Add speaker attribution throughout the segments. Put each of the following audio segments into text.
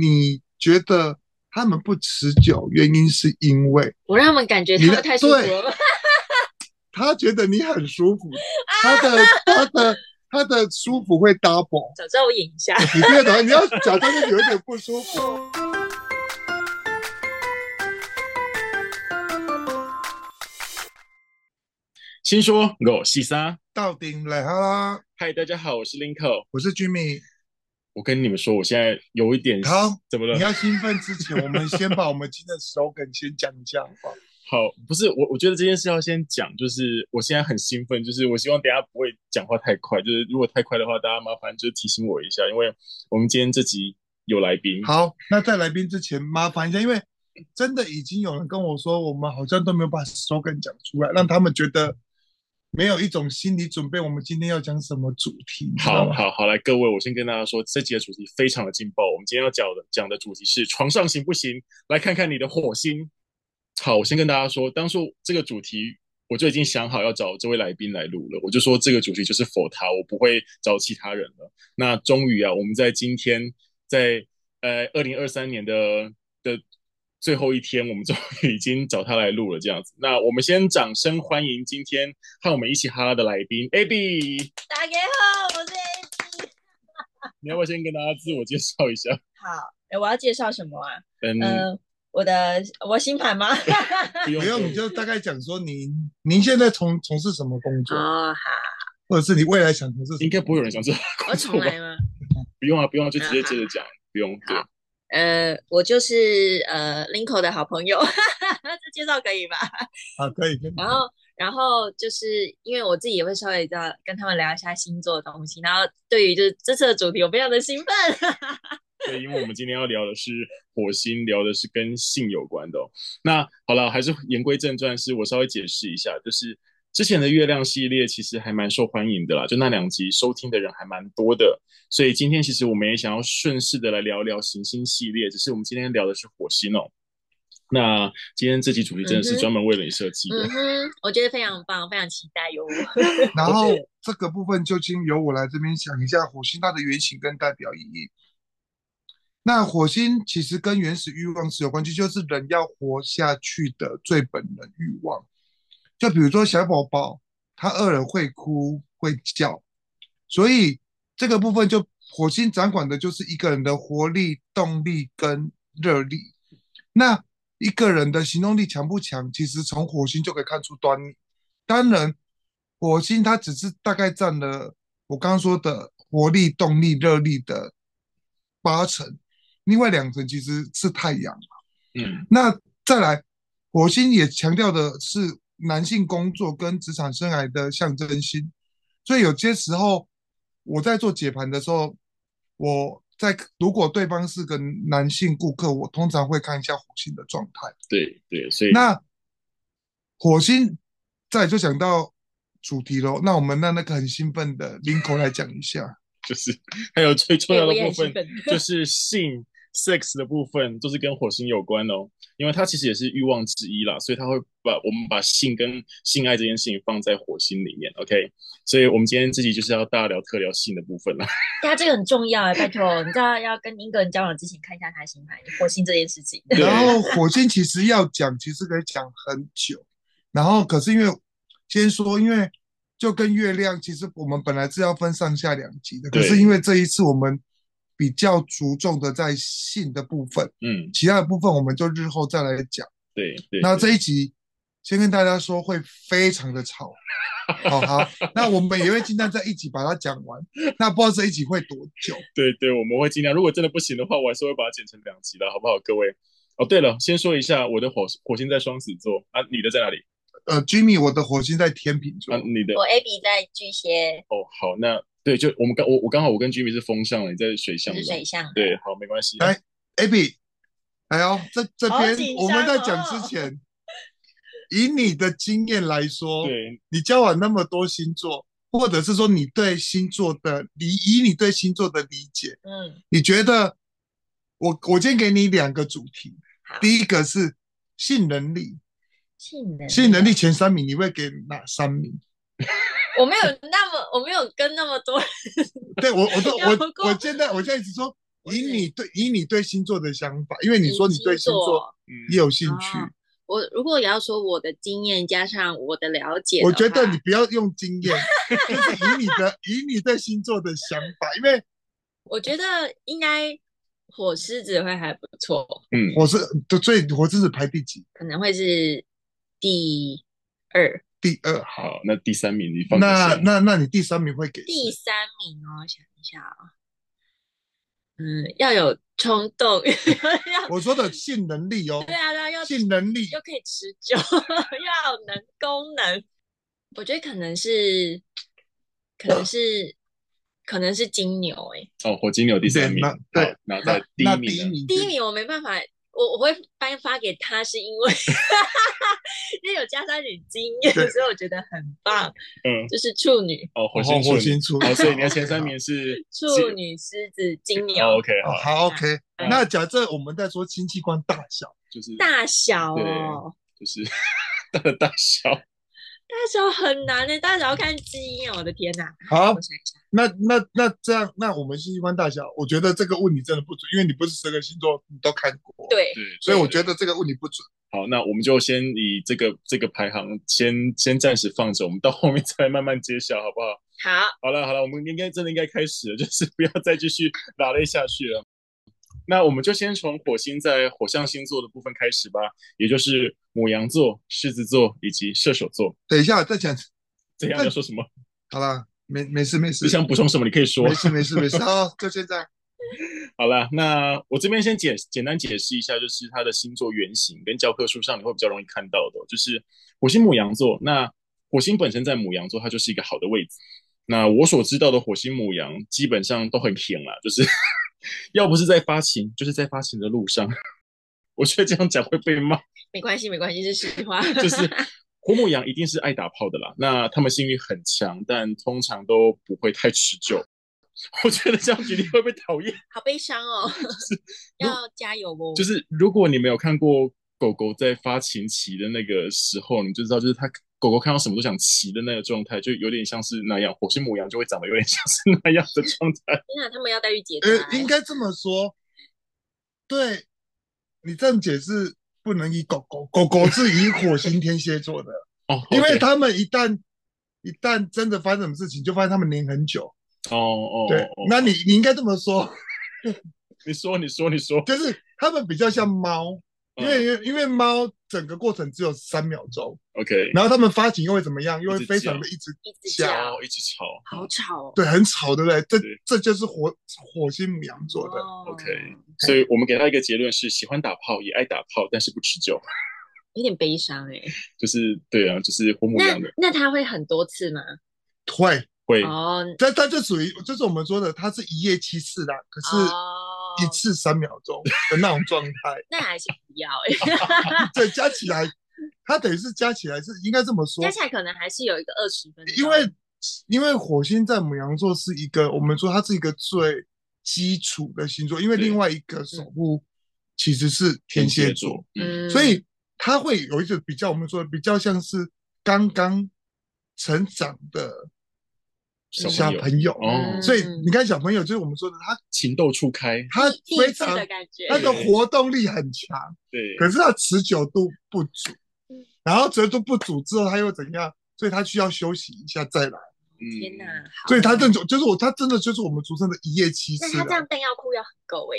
Speaker 1: 你觉得他们不持久，原因是因为
Speaker 2: 我让他们感觉他
Speaker 1: 你
Speaker 2: 们太舒服
Speaker 1: 对
Speaker 2: 了吧。
Speaker 1: 他觉得你很舒服，他的他的他的舒服会 double。
Speaker 2: 早知道我演一下。
Speaker 1: 你听得懂？你要假装的有一点不舒服。
Speaker 3: 先说我西沙，
Speaker 1: 到顶了哈啦，
Speaker 3: 嗨，大家好，我是 Linko。
Speaker 1: 我是 Jimmy。
Speaker 3: 我跟你们说，我现在有一点
Speaker 1: 好，
Speaker 3: 怎么了
Speaker 1: 你？要兴奋之前，我们先把我们今天的 slogan 先讲一下，好不好？
Speaker 3: 好，不是我，我觉得这件事要先讲，就是我现在很兴奋，就是我希望等一下不会讲话太快，就是如果太快的话，大家麻烦就是提醒我一下，因为我们今天这集有来宾。
Speaker 1: 好，那在来宾之前，麻烦一下，因为真的已经有人跟我说，我们好像都没有把 slogan 讲出来，让他们觉得没有一种心理准备，我们今天要讲什么主题，你知道
Speaker 3: 好
Speaker 1: 吗？
Speaker 3: 好好，来各位，我先跟大家说，这集的主题非常的劲爆。我们今天要讲的讲的主题是床上行不行？来看看你的火星。好，我先跟大家说，当初这个主题我就已经想好要找这位来宾来录了，我就说这个主题就是否他，我不会找其他人了。那终于啊，我们在今天在呃二零二三年的的最后一天，我们终于已经找他来录了，这样子。那我们先掌声欢迎今天和我们一起哈拉的来宾 AB。
Speaker 2: 大家好，我是 A G。
Speaker 3: 你要不要先跟大家自我介绍一下？
Speaker 2: 好，哎，我要介绍什么啊？
Speaker 3: 嗯，
Speaker 2: 呃，我的我星盘 吗？
Speaker 3: 不用
Speaker 1: 不用，你就大概讲说您您现在从从事什么工作，
Speaker 2: 哦，好，
Speaker 1: 或者是你未来想从事什
Speaker 3: 应
Speaker 1: 么？
Speaker 3: 该不会有人想知道。
Speaker 2: 我嗯重来 吗？
Speaker 3: 不用啊，不用啊，就直接接着讲，不用。对，
Speaker 2: 呃，我就是呃 Linko 的好朋友，这介绍可以吧？
Speaker 1: 啊，可以，可以。
Speaker 2: 然后，然后就是因为我自己也会稍微的跟他们聊一下星座的东西，然后对于就是这次的主题，我非常的兴奋。
Speaker 3: 对，因为我们今天要聊的是火星，聊的是跟性有关的哦。那好了，还是言归正传，是我稍微解释一下，就是之前的月亮系列其实还蛮受欢迎的啦，就那两集收听的人还蛮多的，所以今天其实我们也想要顺势的来聊聊行星系列，只是我们今天聊的是火星哦。那今天这集主题真的
Speaker 2: 嗯
Speaker 3: 是
Speaker 2: 哼
Speaker 3: 专门为了你设计的，
Speaker 2: 嗯哼， 我觉得非常棒，非常期待有我。
Speaker 1: 然后这个部分究竟由我来这边讲一下火星它的原型跟代表意义。那火星其实跟原始欲望是有关系，就是人要活下去的最本能欲望。就比如说小宝宝，他饿了会哭会叫，所以这个部分就火星掌管的就是一个人的活力、动力跟热力。那一个人的行动力强不强，其实从火星就可以看出端倪。当然，火星它只是大概占了我刚刚说的活力、动力、热力的八成，另外两成其实是太阳。
Speaker 3: 嗯
Speaker 1: 那再来，火星也强调的是男性工作跟职场生涯的象征性，所以有些时候我在做解盘的时候，我在如果对方是个男性顾客，我通常会看一下火星的状态。
Speaker 3: 对对，所以
Speaker 1: 那火星，再来就讲到主题喽。那我们让那个很兴奋的林口来讲一下。
Speaker 3: 就是还有最重要
Speaker 2: 我
Speaker 3: 的
Speaker 2: 也
Speaker 3: 部
Speaker 2: 很兴
Speaker 3: 分，
Speaker 2: 奋。
Speaker 3: 就是性 sex 的部分，都是跟火星有关哦，因为它其实也是欲望之一啦，所以它会把我们把性跟性爱这件事情放在火星里面，OK？所以我们今天这集就是要大聊特聊性的部分啦。
Speaker 2: 大家这个很重要哎，拜托，你知道要跟英格人交往之前看一下他的星盘、火星这件事情。
Speaker 3: 对
Speaker 1: 然后火星其实要讲，其实可以讲很久。然后可是因为先说，因为就跟月亮，其实我们本来是要分上下两集的，可
Speaker 3: 对
Speaker 1: 是因为这一次我们比较着重的在性的部分，
Speaker 3: 嗯，
Speaker 1: 其他的部分我们就日后再来讲。
Speaker 3: 对对。
Speaker 1: 那
Speaker 3: 对
Speaker 1: 这一集先跟大家说会非常的 吵，好好，那我们也会尽量在一起把它讲完。那不知道这一集会多久，
Speaker 3: 对对，我们会尽量。如果真的不行的话，我还是会把它剪成两集的，好不好，各位？哦，对了，先说一下，我的火火星在双子座啊，你的在哪里？
Speaker 1: 呃，Jimmy，我的火星在天秤座
Speaker 3: 啊，，你的
Speaker 2: 我 Abby 在巨蟹，
Speaker 3: 哦，好，那对，就我们刚我我刚好我跟 Jimmy 是风象的，你在水
Speaker 2: 我
Speaker 3: 象的
Speaker 2: 是，水象。
Speaker 3: 对，好，没关系。
Speaker 1: 来 Abby，哎呦，这这
Speaker 2: 好
Speaker 1: 边
Speaker 2: 紧
Speaker 1: 我们在
Speaker 2: 张
Speaker 1: 讲
Speaker 2: 哦
Speaker 1: 之前，以你的经验来说，
Speaker 3: 对，
Speaker 1: 你交往那么多星座，或者是说你对星座的理，以你对星座的理解，
Speaker 2: 嗯，
Speaker 1: 你觉得我我今天给你两个主题
Speaker 2: 好，
Speaker 1: 第一个是性能力，
Speaker 2: 性能
Speaker 1: 性能力前三名，你会给哪三 名？
Speaker 2: 我没有那么，我没有跟那么多人
Speaker 1: 对我，我都
Speaker 2: 要
Speaker 1: 我
Speaker 2: 不够
Speaker 1: 我现在我现在一直说以你对以你对星座的想法，因为 你说你对星座也
Speaker 3: 嗯，
Speaker 1: 有兴趣，
Speaker 2: 哦我如果也要说我的经验加上我的了解的
Speaker 1: 我
Speaker 2: 话，
Speaker 1: 觉得你不要用经 验，就是以你的以你对星座的想法，因为
Speaker 2: 我觉得应该火狮子会还不错，
Speaker 3: 嗯，
Speaker 1: 我是就最我这是排第几？
Speaker 2: 可能会是第二、
Speaker 1: 第二。
Speaker 3: 好，那第三名你放给
Speaker 1: 那
Speaker 3: 谁
Speaker 1: 那那你第三名会给谁？
Speaker 2: 第三名哦。想一下啊、嗯，要有冲动， 要
Speaker 1: 我说的性能力哦
Speaker 2: 对，啊，对啊，要
Speaker 1: 性能力
Speaker 2: 又可以持久， 要有能功能。我觉得可能是，可能是，可能是金牛哎诶、
Speaker 3: 哦，火金牛第三名
Speaker 1: 对，那
Speaker 3: 好，拿
Speaker 1: 那
Speaker 3: 在第
Speaker 1: 那
Speaker 3: 一
Speaker 1: 第一
Speaker 3: 名呢。
Speaker 1: 名啊
Speaker 2: 第一名我没办法，我我会颁发给他，是因为 因为有加上你经验，
Speaker 1: 对
Speaker 2: 所以我觉得很棒。
Speaker 3: 嗯，
Speaker 2: 就是处女、
Speaker 3: 哦，火
Speaker 1: 哦
Speaker 3: 星
Speaker 1: 火
Speaker 3: 处
Speaker 1: 星
Speaker 3: 女，
Speaker 1: 处
Speaker 3: 好，所 以你的前三名是
Speaker 2: 处女、狮子、金牛，
Speaker 3: 哦，OK，
Speaker 1: 哦，
Speaker 3: 好，
Speaker 1: 好，OK。
Speaker 2: 嗯
Speaker 1: 那假设我们在说亲戚观大小，
Speaker 3: 就是
Speaker 2: 大小
Speaker 3: 对
Speaker 2: 哦，
Speaker 3: 就是 它的大小，
Speaker 2: 大小很难的，大小要看基因哦。我的天哪！
Speaker 1: 好
Speaker 2: 我，想一下，
Speaker 1: 那那那这样，那我们亲戚观大小，我觉得这个问题真的不准，因为你不是十个星座你都看过，，
Speaker 2: 对，
Speaker 3: 对，
Speaker 1: 所以我觉
Speaker 3: 得。
Speaker 1: 得这个问题不准。
Speaker 3: 好，那我们就先以这个这个排行先先暂时放着，我们到后面再来慢慢揭晓，好不好？
Speaker 2: 好，
Speaker 3: 好了好了，我们应该真的应该开始了， 就是不要再继续打擂下去了。那我们就先从火星在火象星座的部分开始吧，也就是母羊座、狮子座以及射手座。
Speaker 1: 等一下再讲，
Speaker 3: 怎样要说什么？
Speaker 1: 好啦，没没事没事
Speaker 3: 你，想补充什么？你可以说
Speaker 1: 没。事没事没事，好，就现在。
Speaker 3: 好了，那我这边先解简单解释一下，就是它的星座原型跟教科书上你会比较容易看到的哦，就是火星母羊座。那火星本身在母羊座，它就是一个好的位置。那我所知道的火星母羊基本上都很 甜啦，就是要不是在发情，就是在发情的路上。 我觉得这样讲会被骂，
Speaker 2: 没关系，没关系，是实话。
Speaker 3: 就是火母羊一定是爱打炮的啦。那他们性欲很强，但通常都不会太持久。 我觉得这样举例会被讨厌。
Speaker 2: 好悲 伤哦，要加油哦！
Speaker 3: 就是如果你没有看过狗狗在发情期的那个时候，你就知道，就是它狗狗看到什么都想骑的那个状态，就有点像是那样。火星母羊就会长得有点像是那样的状态。
Speaker 2: 天哪，他们要带去结扎欸、
Speaker 1: 呃，应该这么说，对你这样解释不能以狗狗，狗狗是以火星天蝎座 的，
Speaker 3: 哦，
Speaker 1: 因为
Speaker 3: OK
Speaker 1: 他们一旦一旦真的发生什么事情，就发现他们黏很久。
Speaker 3: 哦哦，
Speaker 1: 对，
Speaker 3: 哦
Speaker 1: 那你你应该这么说，
Speaker 3: 你说你说你说，
Speaker 1: 就是他们比较像猫，因为
Speaker 3: 嗯
Speaker 1: 因为因为猫整个过程只有三秒钟，
Speaker 3: OK，
Speaker 1: 然后他们发情又会怎么样？又会
Speaker 3: 一直
Speaker 1: 非常
Speaker 3: 叫
Speaker 1: 的一直
Speaker 2: 一直
Speaker 1: 小
Speaker 2: 叫，
Speaker 3: 哦，一直吵
Speaker 2: 好吵哦。
Speaker 1: 对很吵，对不对？这
Speaker 3: 对
Speaker 1: 这就是火火星母羊座的。
Speaker 2: 哦
Speaker 3: OK 所以我们给他一个结论是：喜欢打炮，也爱打炮，但是不持久。
Speaker 2: 有点悲伤哎、
Speaker 3: 就是对啊，就是火母
Speaker 2: 那
Speaker 3: 羊的
Speaker 2: 那他会很多次吗？
Speaker 1: 会，
Speaker 3: 会
Speaker 2: 哦，
Speaker 1: 但它就属于就是我们说的，它是一夜七次啦，可是。
Speaker 2: 哦，，
Speaker 1: 一次三秒钟的那种状态
Speaker 2: 那还是不 要哎、
Speaker 1: 对，加起来，它等于是加起来是应该这么说
Speaker 2: 加，起来可能还是有一个二十分钟，
Speaker 1: 因为因为火星在母羊座是一个，我们说它是一个最基础的星座，因为
Speaker 3: 对
Speaker 1: 另外一个守护其实是天蝎座，，
Speaker 3: 嗯，
Speaker 2: 嗯，
Speaker 1: 所以它会有一种比较，我们说的比较像是刚刚成长的
Speaker 3: 小
Speaker 1: 小
Speaker 3: 朋友
Speaker 1: 朋友，
Speaker 2: 嗯
Speaker 3: 哦
Speaker 1: 所以你看小朋友就是我们说的，
Speaker 3: 情窦初开，
Speaker 1: 他他
Speaker 2: 第
Speaker 1: 非
Speaker 2: 一次
Speaker 1: 常
Speaker 2: 的感觉，
Speaker 1: 他嗯的活动力很强。
Speaker 3: 对，
Speaker 1: 可是它持久度不足
Speaker 2: 嗯，
Speaker 1: 然后持久度不足之后，它又怎样？所以它需要休息一下再来。
Speaker 2: 天哪，
Speaker 3: 嗯，
Speaker 2: 好
Speaker 1: 所以它这种就是我，它真的就是我们俗称的一夜七
Speaker 2: 那
Speaker 1: 次
Speaker 2: 他这
Speaker 1: 了。
Speaker 2: 样弹药库要很够哎、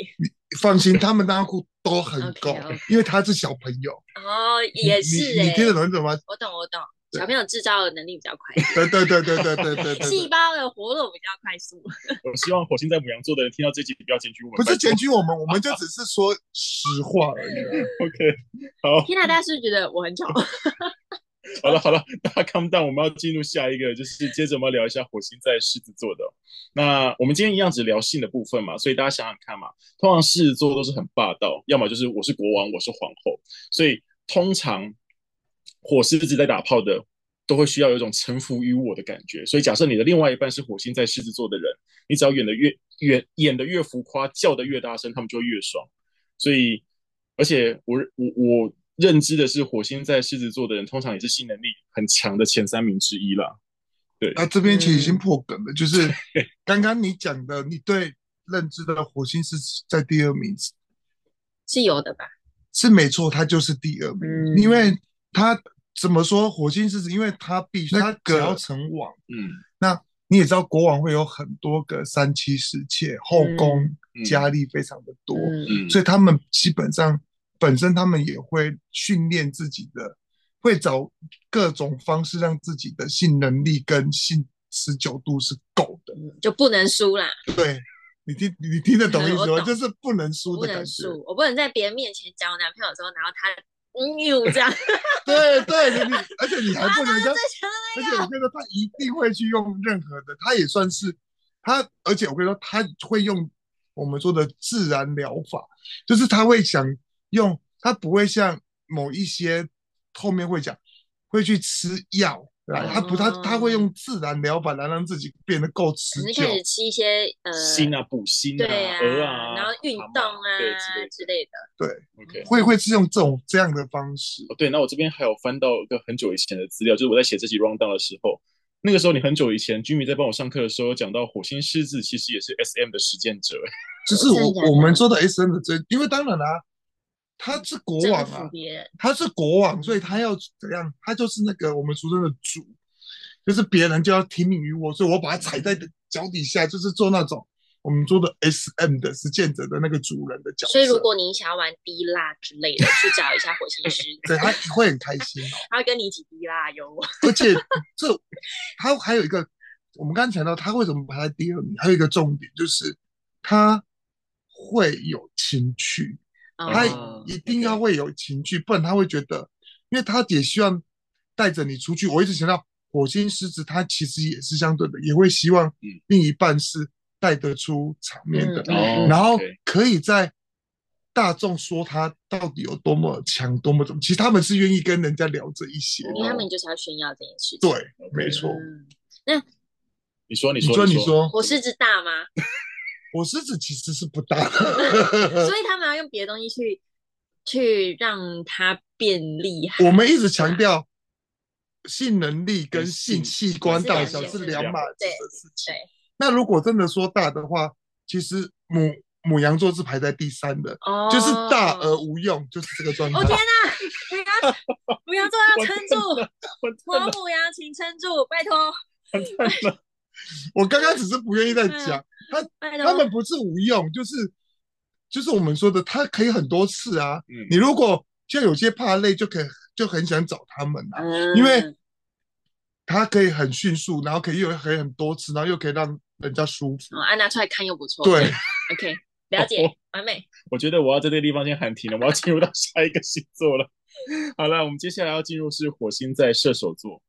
Speaker 1: 放心，他们当裤都很够
Speaker 2: OK，OK，
Speaker 1: 因为他是小朋友。
Speaker 2: 哦，也
Speaker 1: 嗯你
Speaker 2: 是
Speaker 1: 你
Speaker 2: 哎、
Speaker 1: 你听得懂你懂吗？
Speaker 2: 我懂我懂，
Speaker 1: 对
Speaker 2: 小朋友制造的能力比较快，
Speaker 1: 对对对对对对对对
Speaker 2: 细
Speaker 1: 对。
Speaker 2: 胞的活动比较快速，
Speaker 3: 我希望火星在母羊座的人听到这集不要检举我们，
Speaker 1: 不是检
Speaker 3: 拜
Speaker 1: 举我们，我们就只是说实话而 已。啊
Speaker 3: 托 OK，好，
Speaker 2: 天哪，大家是不是觉得我很吵？
Speaker 3: 好了好了，大家 calm down，我们要进入下一个，就是接着我们要聊一下火星在狮子座的哦。那我们今天一样只聊性的部分嘛，所以大家想想看嘛，通常狮子座都是很霸道，要么就是我是国王，我是皇后，所以通常火狮子在打炮的都会需要有一种臣服于我的感觉。所以假设你的另外一半是火星在狮子座的人，你只要演的越演演的越浮夸，叫的越大声，他们就会越爽。所以，而且我我我认知的是，火星在狮子座的人通常也是性能力很强的前三名之一啦。
Speaker 1: 嗯那这边其实已经破梗了，就是刚刚你讲的，你对认知的火星是在第二名，
Speaker 2: 是有的吧？
Speaker 1: 是没错，它就是第二名，
Speaker 2: 嗯
Speaker 1: 因为它怎么说火星是因为它必须它
Speaker 3: 那个
Speaker 1: 只要成王，
Speaker 3: 嗯
Speaker 1: 那你也知道国王会有很多个三妻四妾，后宫
Speaker 3: 嗯
Speaker 1: 佳丽非常的多，
Speaker 2: 嗯
Speaker 3: 嗯，
Speaker 1: 所以他们基本上本身他们也会训练自己的，会找各种方式让自己的性能力跟性持久度是够的。
Speaker 2: 嗯就不能输啦，
Speaker 1: 对你听你听得懂意思
Speaker 2: 嗯我
Speaker 1: 吗？
Speaker 2: 懂
Speaker 1: 就是不能输
Speaker 2: 不
Speaker 1: 的感
Speaker 2: 能
Speaker 1: 觉。
Speaker 2: 输，我不能在别人面前讲我男朋友之后，然后他嗯又这样，
Speaker 1: 对对，你而且你还不能跟，
Speaker 2: 最强的
Speaker 1: 而且我觉得他一定会去用任何的，他也算是他，而且我跟你说，他会用我们说的自然疗法，就是他会想用，他不会像某一些后面会讲会去吃药来，他不他他会用自然疗法来让自己变得够持
Speaker 2: 嗯可能
Speaker 1: 久。
Speaker 2: 开始吃一些呃，
Speaker 3: 锌啊、补锌啊、
Speaker 2: 对
Speaker 3: 鹅啊，
Speaker 2: 然后运
Speaker 3: 蛤蟆
Speaker 2: 动啊
Speaker 3: 对之类的。
Speaker 2: 之类的，
Speaker 3: OK，
Speaker 1: 会会是用这种这样的方式，
Speaker 3: 哦对，那我这边还有翻到一个很久以前的资料，就是我在写这集 round down 的时候，那个时候你很久以前居民在帮我上课的时候有讲到，火星狮子其实也是 SM 的实践者。
Speaker 1: 就是
Speaker 2: 真
Speaker 1: 我
Speaker 2: 的假的
Speaker 1: 我们说的 S N 的真，因为当然啦、他是国王
Speaker 2: 征
Speaker 1: 啊
Speaker 2: 服，别人，
Speaker 1: 他是国王，所以他要怎样？他就是那个我们俗称的主，就是别人就要听命于我，所以我把他踩在脚底下，就是做那种我们说的 S M 的实践者的那个主人的角色。
Speaker 2: 所以如果你想要玩滴蜡之类的，去找一下火星狮
Speaker 1: 对
Speaker 2: 子，
Speaker 1: 他会很开心哦，
Speaker 2: 他会跟你一起滴蜡哟。
Speaker 1: 而且这他还有一个，我们刚才讲到他为什么排在第二名，还有一个重点就是他会有情趣，
Speaker 2: 啊
Speaker 1: 他
Speaker 3: 哦
Speaker 1: 一定要会有情趣，不然他会觉得，因为他也希望带着你出去。我一直想到火星狮子，他其实也是相对的，也会希望
Speaker 3: 嗯
Speaker 1: 另一半是带得出场面的，
Speaker 2: 嗯哦
Speaker 1: 然后
Speaker 3: OK
Speaker 1: 可以在大众说他到底有多么强，多么怎么。其实他们是愿意跟人家聊这一些的，
Speaker 2: 因为他们就是要炫耀这件事情。
Speaker 1: 对，
Speaker 3: OK
Speaker 1: 没错。
Speaker 2: 嗯，
Speaker 3: 你说，你
Speaker 1: 你
Speaker 3: 说，
Speaker 1: 说，你
Speaker 3: 说，
Speaker 1: 说，
Speaker 2: 火狮子大吗？
Speaker 1: 火狮子其实是不大的。
Speaker 2: 所以他们要用别的东西去去让它变厉害。
Speaker 1: 我们一直强调性能力跟性器官大小是
Speaker 2: 是
Speaker 1: 两
Speaker 2: 两
Speaker 3: 件
Speaker 1: 码子
Speaker 2: 对
Speaker 1: 的事情
Speaker 2: 对。
Speaker 1: 那如果真的说大的话，其实母母羊座是排在第三的，
Speaker 2: 哦，
Speaker 1: 就是大而无用，就是这个状
Speaker 2: 哦天
Speaker 1: 态。
Speaker 2: 哪！ 母羊座要撑住，
Speaker 3: 我
Speaker 2: 火母羊请撑住，拜托
Speaker 1: 我刚刚只是不愿意再讲，
Speaker 2: 拜
Speaker 1: 他
Speaker 2: 托。
Speaker 1: 们不是无用，就是就是我们说的，他可以很多次啊。
Speaker 3: 嗯
Speaker 1: 你如果像有些怕累，就可以就很想找他们啊。
Speaker 2: 嗯
Speaker 1: 因为他可以很迅速，然后可以又可以很多次，然后又可以让人家舒服。
Speaker 2: 哦，安拿出来看又不错。
Speaker 1: 对，
Speaker 2: ，OK，了解
Speaker 3: 哦，
Speaker 2: 完美。
Speaker 3: 我觉得我要在这个地方先喊停了，我要进入到下一个星座了。好了，我们接下来要进入是火星在射手座。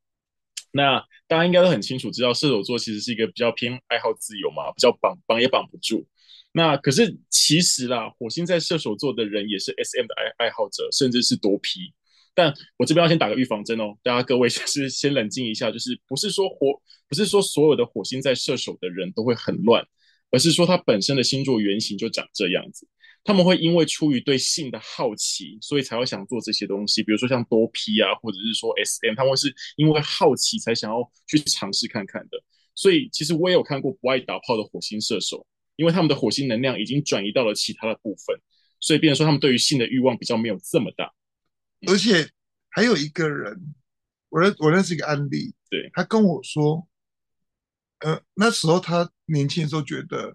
Speaker 3: 那大家应该都很清楚，知道射手座其实是一个比较偏爱好自由嘛，比较绑绑也绑不住。那可是其实啦，火星在射手座的人也是 SM 的爱爱好者，甚至是多批。但我这边要先打个预防针哦，大家各位就是 先冷静一下，就是不是说火，不是说所有的火星在射手的人都会很乱，而是说它本身的星座原型就长这样子。他们会因为出于对性的好奇，所以才会想做这些东西，比如说像多批啊，或者是说 SM，他们是因为好奇才想要去尝试看看的。所以其实我也有看过不爱打炮的火星射手，因为他们的火星能量已经转移到了其他的部分，所以变成说他们对于性的欲望比较没有这么大。
Speaker 1: 而且还有一个人，我认我认识一个案例，
Speaker 3: 对
Speaker 1: 他跟我说，呃，那时候他年轻的时候觉得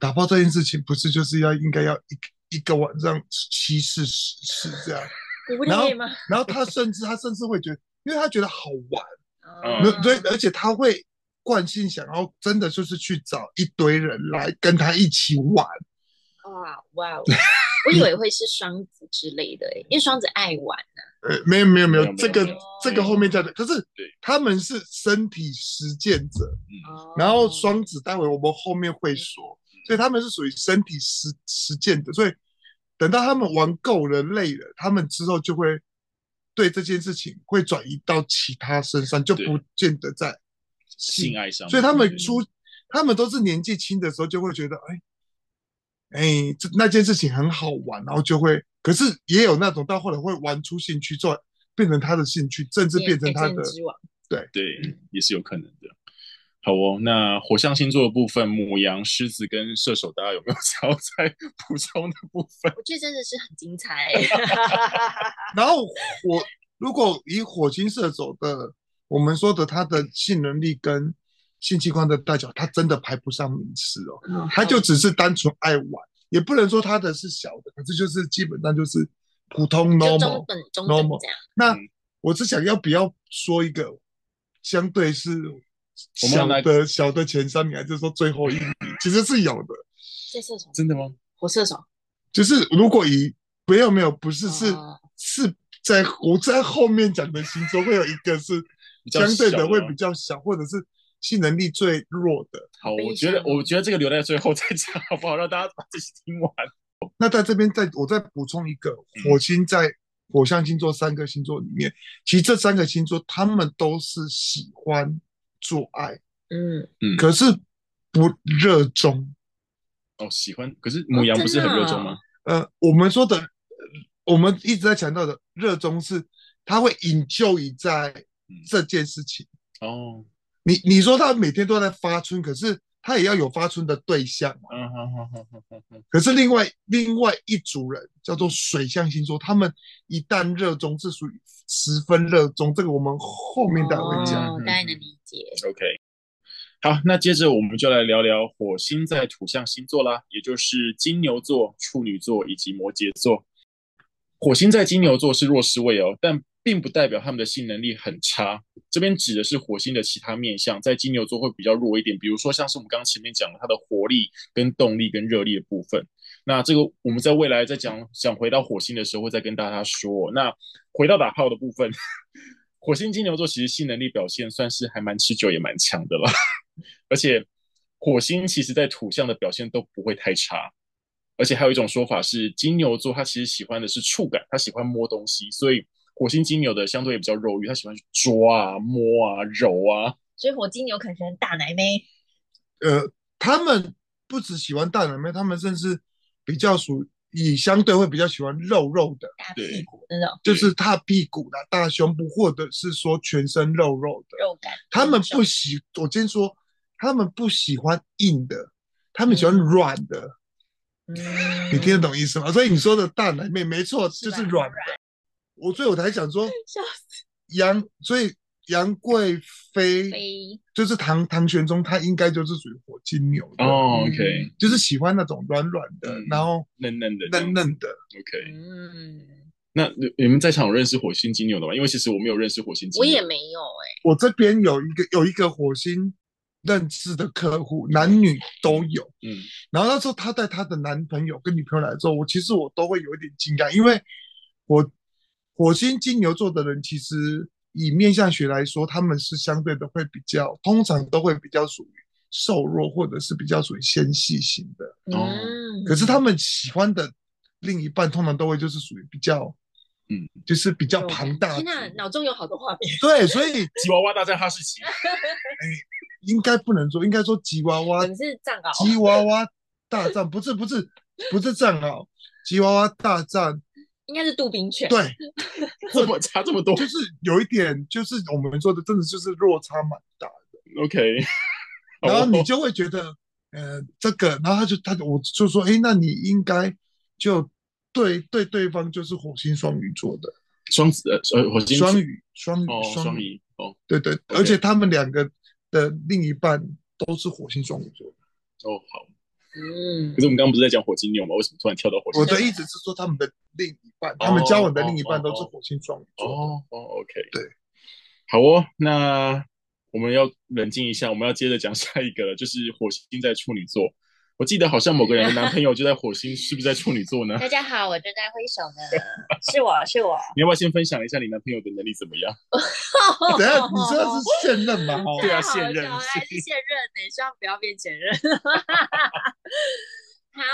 Speaker 1: 打炮这件事情不是就是要应该要一一个晚上七次十次这样，
Speaker 2: 你不
Speaker 1: 然后
Speaker 2: 累吗？
Speaker 1: 然后他甚至他甚至会觉得，因为他觉得好玩，
Speaker 2: 哦
Speaker 3: 嗯
Speaker 1: 那对，而且他会惯性想要真的就是去找一堆人来跟他一起玩，
Speaker 2: 哇哇哦！ 我以为会是双子之类的欸，因为双子爱玩。
Speaker 1: 呃，没有没有没
Speaker 3: 没有
Speaker 1: 有，
Speaker 3: 没
Speaker 1: 这
Speaker 2: 没
Speaker 3: 有
Speaker 1: 个
Speaker 2: 有
Speaker 1: 这个后面再讲，可是
Speaker 3: 对
Speaker 1: 他们是身体实践者。
Speaker 2: 哦
Speaker 1: 然后双子，待会我们后面会说，所以他们是属于身体实实践的，所以等到他们玩够了、累了，他们之后就会对这件事情会转移到其他身上，就
Speaker 3: 对
Speaker 1: 不见得在
Speaker 3: 性啊嗯爱上面，
Speaker 1: 所以他们
Speaker 3: 对
Speaker 1: 出，他们都是年纪轻的时候就会觉得，哎，哎，这那件事情很好玩，然后就会，可是也有那种到后来会玩出兴趣，做变成他的兴趣，甚至变成他
Speaker 2: 一
Speaker 1: 的
Speaker 2: 箭之王
Speaker 3: 对，也是有可能的。好哦，那火象星座的部分，母羊、狮子跟射手，大家有没有 想要再补充的部分？
Speaker 2: 我觉得真的是很 精彩。
Speaker 1: 然后我如果以火星射手的，我们说的他的性能力跟性器官的大小，他真的排不上名次哦。
Speaker 2: 嗯
Speaker 1: 他就只是单纯爱玩，也不能说他的是小的，可是就是基本上就是普通
Speaker 2: 就中
Speaker 1: normal。
Speaker 2: 等中等这样。
Speaker 1: 那
Speaker 3: 嗯
Speaker 1: 我是想要不要说一个相对是
Speaker 3: 我们要
Speaker 1: 小
Speaker 3: 来
Speaker 1: 的小的前三名，还是说最后一名？其实是有的，
Speaker 2: 这射手，
Speaker 3: 真的吗？
Speaker 2: 火射手，
Speaker 1: 就是如果以没有没有不是是
Speaker 2: 哦
Speaker 1: 是在我在后面讲的星座会有一个是
Speaker 3: 比较
Speaker 1: 相对
Speaker 3: 小
Speaker 1: 的
Speaker 3: 的
Speaker 1: 会
Speaker 3: 吗
Speaker 1: 比较小，或者是性能力最弱的。
Speaker 3: 好，
Speaker 2: 悲
Speaker 3: 我觉得
Speaker 2: 伤哦
Speaker 3: 我觉得这个留在最后再讲好不好？让大家把这些听完。
Speaker 1: 那在这边再我再补充一个，
Speaker 3: 嗯
Speaker 1: 火星在火象星座三个星座里面，其实这三个星座他们都是喜欢做爱，
Speaker 2: 嗯，
Speaker 1: 可是不热衷。
Speaker 3: 哦，喜欢，可是母羊不是很
Speaker 2: 啊
Speaker 3: 热衷吗？
Speaker 1: 呃，我们说的，呃我们一直在强调的热衷是，他会引咎于在
Speaker 3: 嗯
Speaker 1: 这件事情。
Speaker 3: 哦，
Speaker 1: 你你说他每天都在发春，可是他也要有发春的对象嘛。
Speaker 3: 嗯，好好好好好好，
Speaker 1: 可是另外另外一组人叫做水象星座，他们一旦热衷是属于十分热衷，这个我们后面待会讲。
Speaker 2: 哦
Speaker 3: 嗯
Speaker 2: 大概能理解。
Speaker 3: OK，好，那接着我们就来聊聊火星在土象星座啦，也就是金牛座、处女座以及摩羯座。火星在金牛座是弱势位哦，但并不代表他们的性能力很差。这边指的是火星的其他面向，在金牛座会比较弱一点，比如说像是我们刚刚前面讲的它的活力、跟动力、跟热力的部分。那这个我们在未来再讲讲回到火星的时候，会再跟大家说。那回到打炮的部分， 火星金牛座其实性能力表现算是还蛮持久，也蛮强的啦。 而且火星其实在土象的表现都不会太差。而且还有一种说法是，金牛座他其实喜欢的是触感，他喜欢摸东西，所以火星金牛的相对也比较肉欲，他喜欢去抓啊、摸啊、揉啊。
Speaker 2: 所以火金牛可能喜欢大奶妹，
Speaker 1: 呃，他们不只喜欢大奶妹，他们甚至比较属以相对会比较喜欢肉肉的，
Speaker 2: 大
Speaker 3: 对
Speaker 2: 屁股那种
Speaker 1: 就是大屁股啦、大胸部，或者是说全身肉肉的。
Speaker 2: 肉感。
Speaker 1: 他们不喜，我先说，他们不喜欢硬的，他们喜欢软的。
Speaker 2: 嗯，
Speaker 1: 你听得懂意思吗？所以你说的大奶妹没错，
Speaker 2: 是
Speaker 1: 就
Speaker 2: 吧
Speaker 1: 是软的。我所以我才想 说，
Speaker 2: 笑
Speaker 1: 杨，所以杨贵妃
Speaker 2: 飞
Speaker 1: 就是唐唐玄宗，他应该就是属于火金牛的，
Speaker 3: 哦
Speaker 2: 嗯
Speaker 3: ，OK，
Speaker 1: 就是喜欢那种软软的，
Speaker 3: 嗯
Speaker 1: 然后
Speaker 3: 嫩嫩的这
Speaker 1: 嫩
Speaker 3: 样
Speaker 1: 嫩的。
Speaker 3: ，OK。
Speaker 2: 嗯，
Speaker 3: 那你你们在场有认识火星金牛的吗？因为其实我没有认识火星金
Speaker 2: 我
Speaker 3: 牛，
Speaker 2: 也没有哎，
Speaker 1: 我这边有一个有一个火星认识的客户，男女都有。
Speaker 3: 嗯
Speaker 1: 然后那时候她带她的男朋友跟女朋友来之后，我其实我都会有一点惊讶，因为我火星金牛座的人，其实以面相学来说，他们是相对的会比较，通常都会比较属于瘦弱，或者是比较属于纤细型的。
Speaker 3: 哦
Speaker 2: 嗯，
Speaker 1: 可是他们喜欢的另一半，通常都会就是属于比较，
Speaker 3: 嗯，
Speaker 1: 就是比较
Speaker 2: 肉感
Speaker 1: 庞大型。
Speaker 2: 天哪，脑中有好多画面。
Speaker 1: 对，所以
Speaker 3: 吉娃娃大战哈士 奇，
Speaker 1: 应该不能说，应该说吉娃娃
Speaker 2: 我们是藏獒，
Speaker 1: 吉娃娃大战不是不是不是藏獒，吉娃娃大战
Speaker 2: 应该是杜宾犬。
Speaker 1: 对，
Speaker 3: 这么差这么多
Speaker 1: 就是有一点就是我们说的，真的就是落差蛮大的，
Speaker 3: ，OK。
Speaker 1: 然后你
Speaker 3: 哦
Speaker 1: 就会觉得，呃，这个，然后他就他就我就说，哎诶，那你应该就对对对方就是火星双鱼座的
Speaker 3: 双子呃呃火星
Speaker 1: 双鱼双鱼
Speaker 3: 哦
Speaker 1: 双
Speaker 3: 双
Speaker 1: 鱼，
Speaker 3: 鱼哦
Speaker 1: 对对，而且他们两个的另一半都是火星双鱼座。
Speaker 3: 哦好。
Speaker 2: 嗯
Speaker 3: 可，是我们刚刚不是在讲火金牛吗？为什么突然跳到火星？
Speaker 1: 我的意思是说，他们的另一半，他们交往的另一半都是火星双鱼座。
Speaker 3: 哦哦，OK，
Speaker 1: 对，
Speaker 3: 好哦，那我们要冷静一下，我们要接着讲下一个了，就是火星在处女座。我记得好像某个人的男朋友就在火星，是不是在处女 座呢？
Speaker 2: 大家好，我正在挥手 呢，是我是我，
Speaker 3: 你要不要先分享一下你男朋友的能力怎么样？哦
Speaker 1: 哎等一下你知 道是现任吗？哦
Speaker 3: 对啊
Speaker 2: 太好
Speaker 3: 现任
Speaker 2: 笑了还是现任呢、希望不要变前任。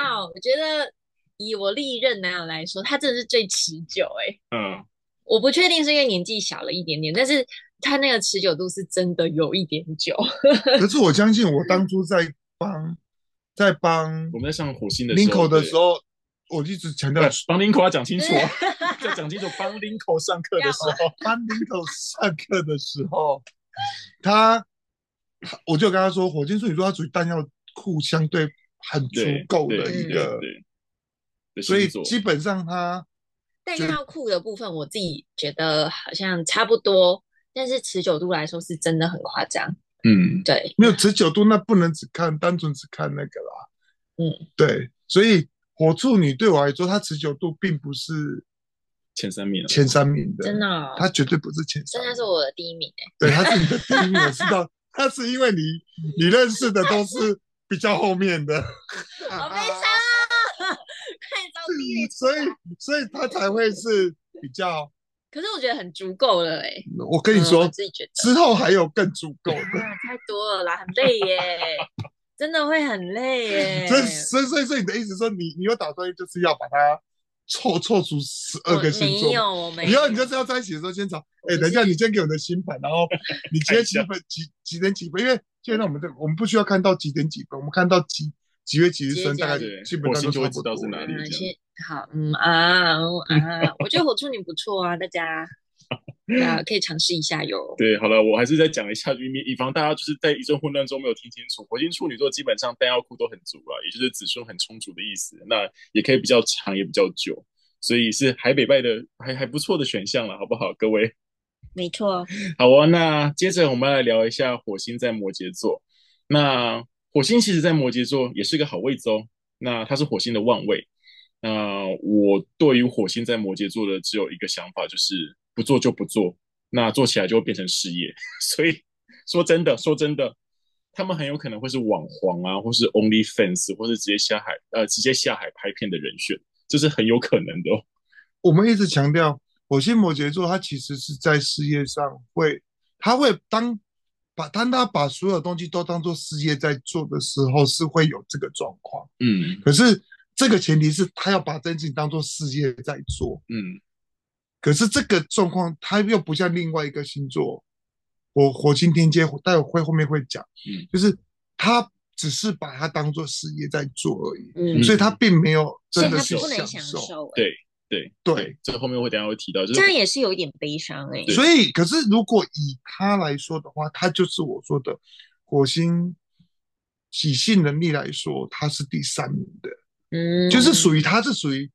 Speaker 2: 好，我觉得以我历任男友来说，他真的是最持久哎、
Speaker 3: 嗯，
Speaker 2: 我不确定是因为年纪小了一点点，但是他那个持久度是真的有一点久。
Speaker 1: 可是我相信，我当初在帮在帮
Speaker 3: 我们在上火星的时候，
Speaker 1: 林口的
Speaker 3: 对
Speaker 1: 时，候，我一直强调
Speaker 3: 对，帮林口要讲清楚哦，要讲清楚，帮林口上课的时候，
Speaker 1: 帮林口上课的时候，他我就跟他说，火箭处女座它属于弹药库相对很足
Speaker 3: 对
Speaker 1: 够
Speaker 3: 对
Speaker 1: 的
Speaker 3: 对
Speaker 1: 一
Speaker 3: 对
Speaker 1: 个，
Speaker 3: 对的
Speaker 1: 所以
Speaker 3: 星座，
Speaker 1: 基本上它
Speaker 2: 但要酷的部分，我自己觉得好像差不多，但是持久度来说是真的很夸张。
Speaker 3: 嗯，
Speaker 2: 对，
Speaker 1: 没有持久度，那不能只看单纯只看那个啦。
Speaker 2: 嗯，
Speaker 1: 对，所以火处女对我来说，它持久度并不是
Speaker 3: 前三名了，啊
Speaker 1: 前三名的，
Speaker 2: 真的、哦，
Speaker 1: 它绝对不是前
Speaker 2: 真
Speaker 1: 三名
Speaker 2: 的。是我的第一名哎、
Speaker 1: 对，他是你的第一名，我知道。他是因为你你认识的都是比较后面 的，
Speaker 2: 好悲伤啊！快到第一，
Speaker 1: 所以所以他才会是比较。
Speaker 2: 可是我觉得很足够了哎、
Speaker 1: 我跟你
Speaker 2: 嗯
Speaker 1: 说
Speaker 2: 我，自己觉得
Speaker 1: 之后还有更足够的。
Speaker 2: 啊，太多了啦，很累耶，真的会很累耶。
Speaker 1: 所以所以所以所以你的意思说，你你有打算就是要把它凑凑足十二
Speaker 2: 我
Speaker 1: 个星座
Speaker 2: 没
Speaker 1: 吗？
Speaker 2: 有，我没
Speaker 1: 以后
Speaker 2: 有，
Speaker 1: 你就是要在一起的时候 先找，哎、
Speaker 2: 我不
Speaker 1: 等一下
Speaker 2: 是
Speaker 1: 你先给我的星盘，然 后你今天几分几几点几分？因为现在我们这我们不需要看到几点几分，我们看到几几月几日
Speaker 2: 几月
Speaker 1: 生，
Speaker 2: 几
Speaker 1: 大概
Speaker 3: 日
Speaker 1: 基本
Speaker 3: 火
Speaker 1: 上都
Speaker 3: 星就会
Speaker 1: 差不
Speaker 3: 知道
Speaker 1: 多
Speaker 3: 是
Speaker 1: 了
Speaker 3: 哪里
Speaker 2: 嗯，
Speaker 3: 这样
Speaker 2: 谢好，嗯啊嗯啊，我觉得火处女不错啊，大 家啊可以尝试一下哟。
Speaker 3: 对，好了，我还是再讲一下，因为以防大家就是在一阵混乱中没有听清楚，火星处女座基本上弹药库都很足啊，也就是子孙很充足的意思。那也可以比较长，也比较久，所以是海北拜的还还不错的选项了，好不好，各位？
Speaker 2: 没错，
Speaker 3: 好啊，那接着我们来聊一下火星在摩羯座。那火星其实在摩羯座也是个好位置哦。那它是火星的旺位。那我对于火星在摩羯座的只有一个想法，就是不做就不做，那做起来就会变成事业。 所以说真的，说真的，他们很有可能会是网红啊，或是 OnlyFans，或是直接下海呃直接下海拍片的人选，这是很有可能的哦。
Speaker 1: 我们一直强调，火星摩羯座，它其实是在事业上会，它会当把当他把所有东西都当做事业在做的时候，是会有这个状况。
Speaker 3: 嗯
Speaker 1: 可是这个前提是他要把这件事情当做事业在做，
Speaker 3: 嗯，
Speaker 1: 可是这个状况它又不像另外一个星座，火火星天蝎，待会后面会讲，
Speaker 3: 嗯
Speaker 1: 就是他只是把它当做事业在做而已，
Speaker 2: 嗯，
Speaker 1: 所以他并没有
Speaker 2: 所以
Speaker 1: 真
Speaker 2: 他
Speaker 1: 的去
Speaker 2: 不能享
Speaker 1: 受。
Speaker 2: 受，哎
Speaker 3: 对对
Speaker 1: 对，
Speaker 3: 这后面会等一下会提到，就是
Speaker 2: 这样也是有一点悲伤哎。
Speaker 1: 所以，可是如果以他来说的话，他就是我说的火星喜性能力来说，他是第三名的，
Speaker 2: 嗯，
Speaker 1: 就是属于他是属于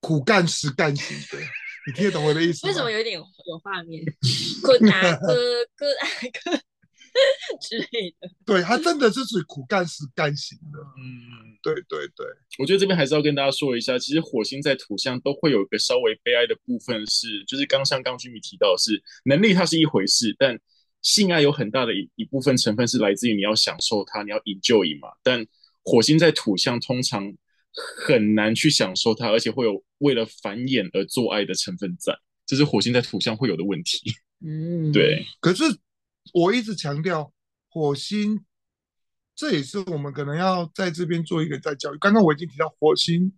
Speaker 1: 苦干实干型的， 你听得懂我的意思吗？
Speaker 2: 为什么有点有画面？Good 啊哥，Good 啊哥之类的。
Speaker 1: 对他真的是属于苦干实干型的，
Speaker 3: 嗯。
Speaker 1: 对对对，
Speaker 3: 我觉得这边还是要跟大家说一下，其实火星在土象都会有一个稍微悲哀的部分是，就是刚像刚君米提到的是能力它是一回事，但性爱有很大的一一部分成分是来自于你要享受它，你要 enjoy 嘛。但火星在土象通常很难去享受它，而且会有为了繁衍而做爱的成分在，这是火星在土象会有的问题。
Speaker 2: 嗯，
Speaker 3: 对，
Speaker 1: 可是我一直强调火星，这也是我们可能要在这边做一个再教育。刚刚我已经提到火星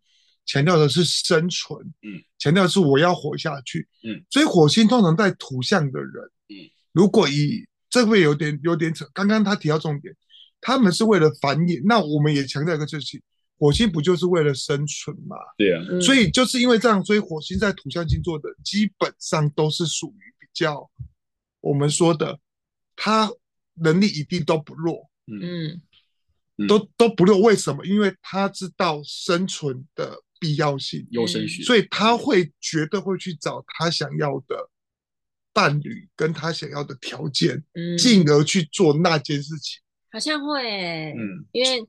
Speaker 1: 强调的是生存，
Speaker 3: 嗯，
Speaker 1: 强调的是我要活下去，
Speaker 3: 嗯，
Speaker 1: 所以火星通常在土象的人，
Speaker 3: 嗯，
Speaker 1: 如果以这会有点有点扯，刚刚他提到重点，他们是为了繁衍，那我们也强调一个事情，火星不就是为了生存嘛？
Speaker 3: 对啊，
Speaker 2: 嗯，
Speaker 1: 所以就是因为这样，所以火星在土象星座的基本上都是属于比较我们说的，他能力一定都不弱，
Speaker 3: 嗯
Speaker 2: 嗯
Speaker 1: 都都不弱。为什么？因为他知道生存的必要性，
Speaker 3: 优生学，
Speaker 1: 所以他会绝对会去找他想要的伴侣跟他想要的条件，
Speaker 2: 嗯，
Speaker 1: 进而去做那件事情。
Speaker 2: 好像会欸，
Speaker 3: 嗯，
Speaker 2: 因为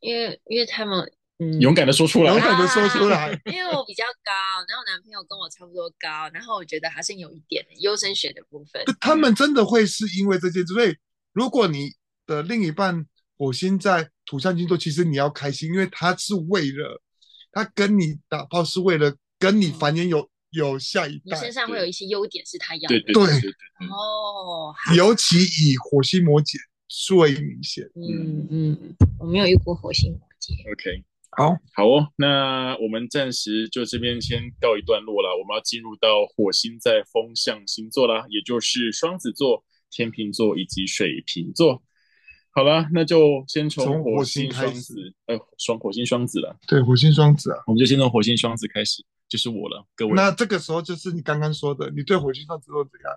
Speaker 2: 因为因为他们嗯
Speaker 3: 勇敢的说出来
Speaker 1: 勇，敢的说出来，
Speaker 2: 因为我比较高，然后我男朋友跟我差不多高，然后我觉得好像有一点优生学的部分。
Speaker 1: 他们真的会是因为这件事，所以如果你的另一半火星在土象星座，其实你要开心，因为他是为了他跟你打炮是为了跟你繁衍有有下一
Speaker 2: 你
Speaker 1: 代
Speaker 2: 身，上会有一些优点是他要
Speaker 3: 对
Speaker 2: 的。
Speaker 3: 对对对对，
Speaker 2: 哦，好
Speaker 1: 尤其以火星摩羯最明显。
Speaker 2: 嗯嗯，我没有遇过火星摩羯。
Speaker 3: ，OK。
Speaker 1: 好，
Speaker 3: 好哦，那我们暂时就这边先告一段落啦。我们要进入到火星在风象星座啦，也就是双子座、天秤座以及水瓶座。好啦，那就先从
Speaker 1: 从
Speaker 3: 火
Speaker 1: 火
Speaker 3: 星
Speaker 1: 星
Speaker 3: 双
Speaker 1: 开
Speaker 3: 子，呃，双火星双子啦，
Speaker 1: 对，火星双子啊，
Speaker 3: 我们就先从火星双子开始，就是我了，各位。
Speaker 1: 那这个时候就是你刚刚说的，你对火星双子座怎样？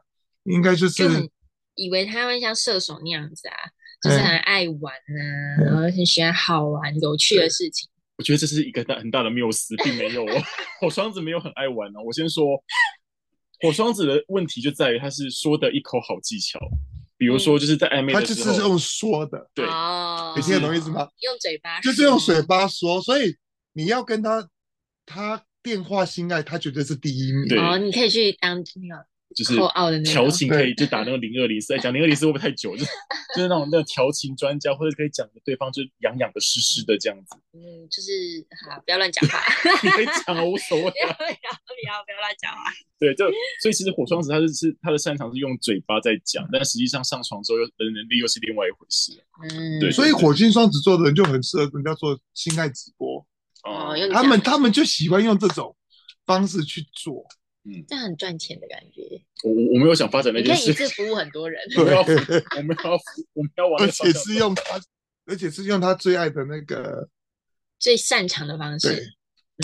Speaker 1: 应该就是
Speaker 2: 就很以为他会像射手那样子啊，就是
Speaker 1: 嗯
Speaker 2: 很爱玩啊，
Speaker 1: 嗯
Speaker 2: 然后很喜欢好玩有趣的事情。
Speaker 3: 我觉得这是一个大很大的谬思，并没 有哦。火双子没有很爱玩哦。我先说，火双子的问题就在于他是说的一口好技巧，比如说就是在暧昧
Speaker 1: 他
Speaker 3: 的
Speaker 1: 嗯就
Speaker 3: 时
Speaker 1: 是
Speaker 3: 候，
Speaker 1: 用说的，
Speaker 3: 对
Speaker 2: 哦，
Speaker 1: 你听得懂意思吗？
Speaker 2: 用嘴巴说，
Speaker 1: 就是用嘴巴说，所以你要跟他，他电话性爱，他绝对是第一名。
Speaker 3: 对
Speaker 2: 哦，你可以去当那个
Speaker 3: 就是
Speaker 2: 扣奥的那
Speaker 3: 调
Speaker 2: 个。
Speaker 3: 情可以就打那个零二零四，哎，讲零二零四会不会太久？就是就是那种那个调情专家，或者可以讲的对方就是痒痒的、湿湿的这样 子，
Speaker 2: 嗯，就是好，不要乱 讲话，
Speaker 3: 你可以讲啊，无所 谓
Speaker 2: 不要
Speaker 3: 啊。
Speaker 2: 不要不要不要乱讲话。
Speaker 3: 对，就所以其实火双子他就是他的擅长是用嘴巴在讲，但实际上上床之后又的能力又是另外一回事
Speaker 2: 嗯，
Speaker 3: 对
Speaker 1: 所以火星双子座的人就很适合跟人家做性爱直播，
Speaker 2: 哦
Speaker 3: 哦。
Speaker 2: 用
Speaker 1: 他们他们就喜欢用这种方式去做。
Speaker 2: 这样很赚钱的感觉，
Speaker 3: 我我我没有想发展那
Speaker 2: 你可
Speaker 3: 件
Speaker 2: 以一
Speaker 3: 事，
Speaker 2: 次服务很多人。
Speaker 3: 我们要我们要我们要往
Speaker 1: 而
Speaker 3: 那
Speaker 1: 且
Speaker 3: 方向
Speaker 1: 是
Speaker 3: 走
Speaker 1: 用他，而且是用他最爱的那个
Speaker 2: 最擅长的方式。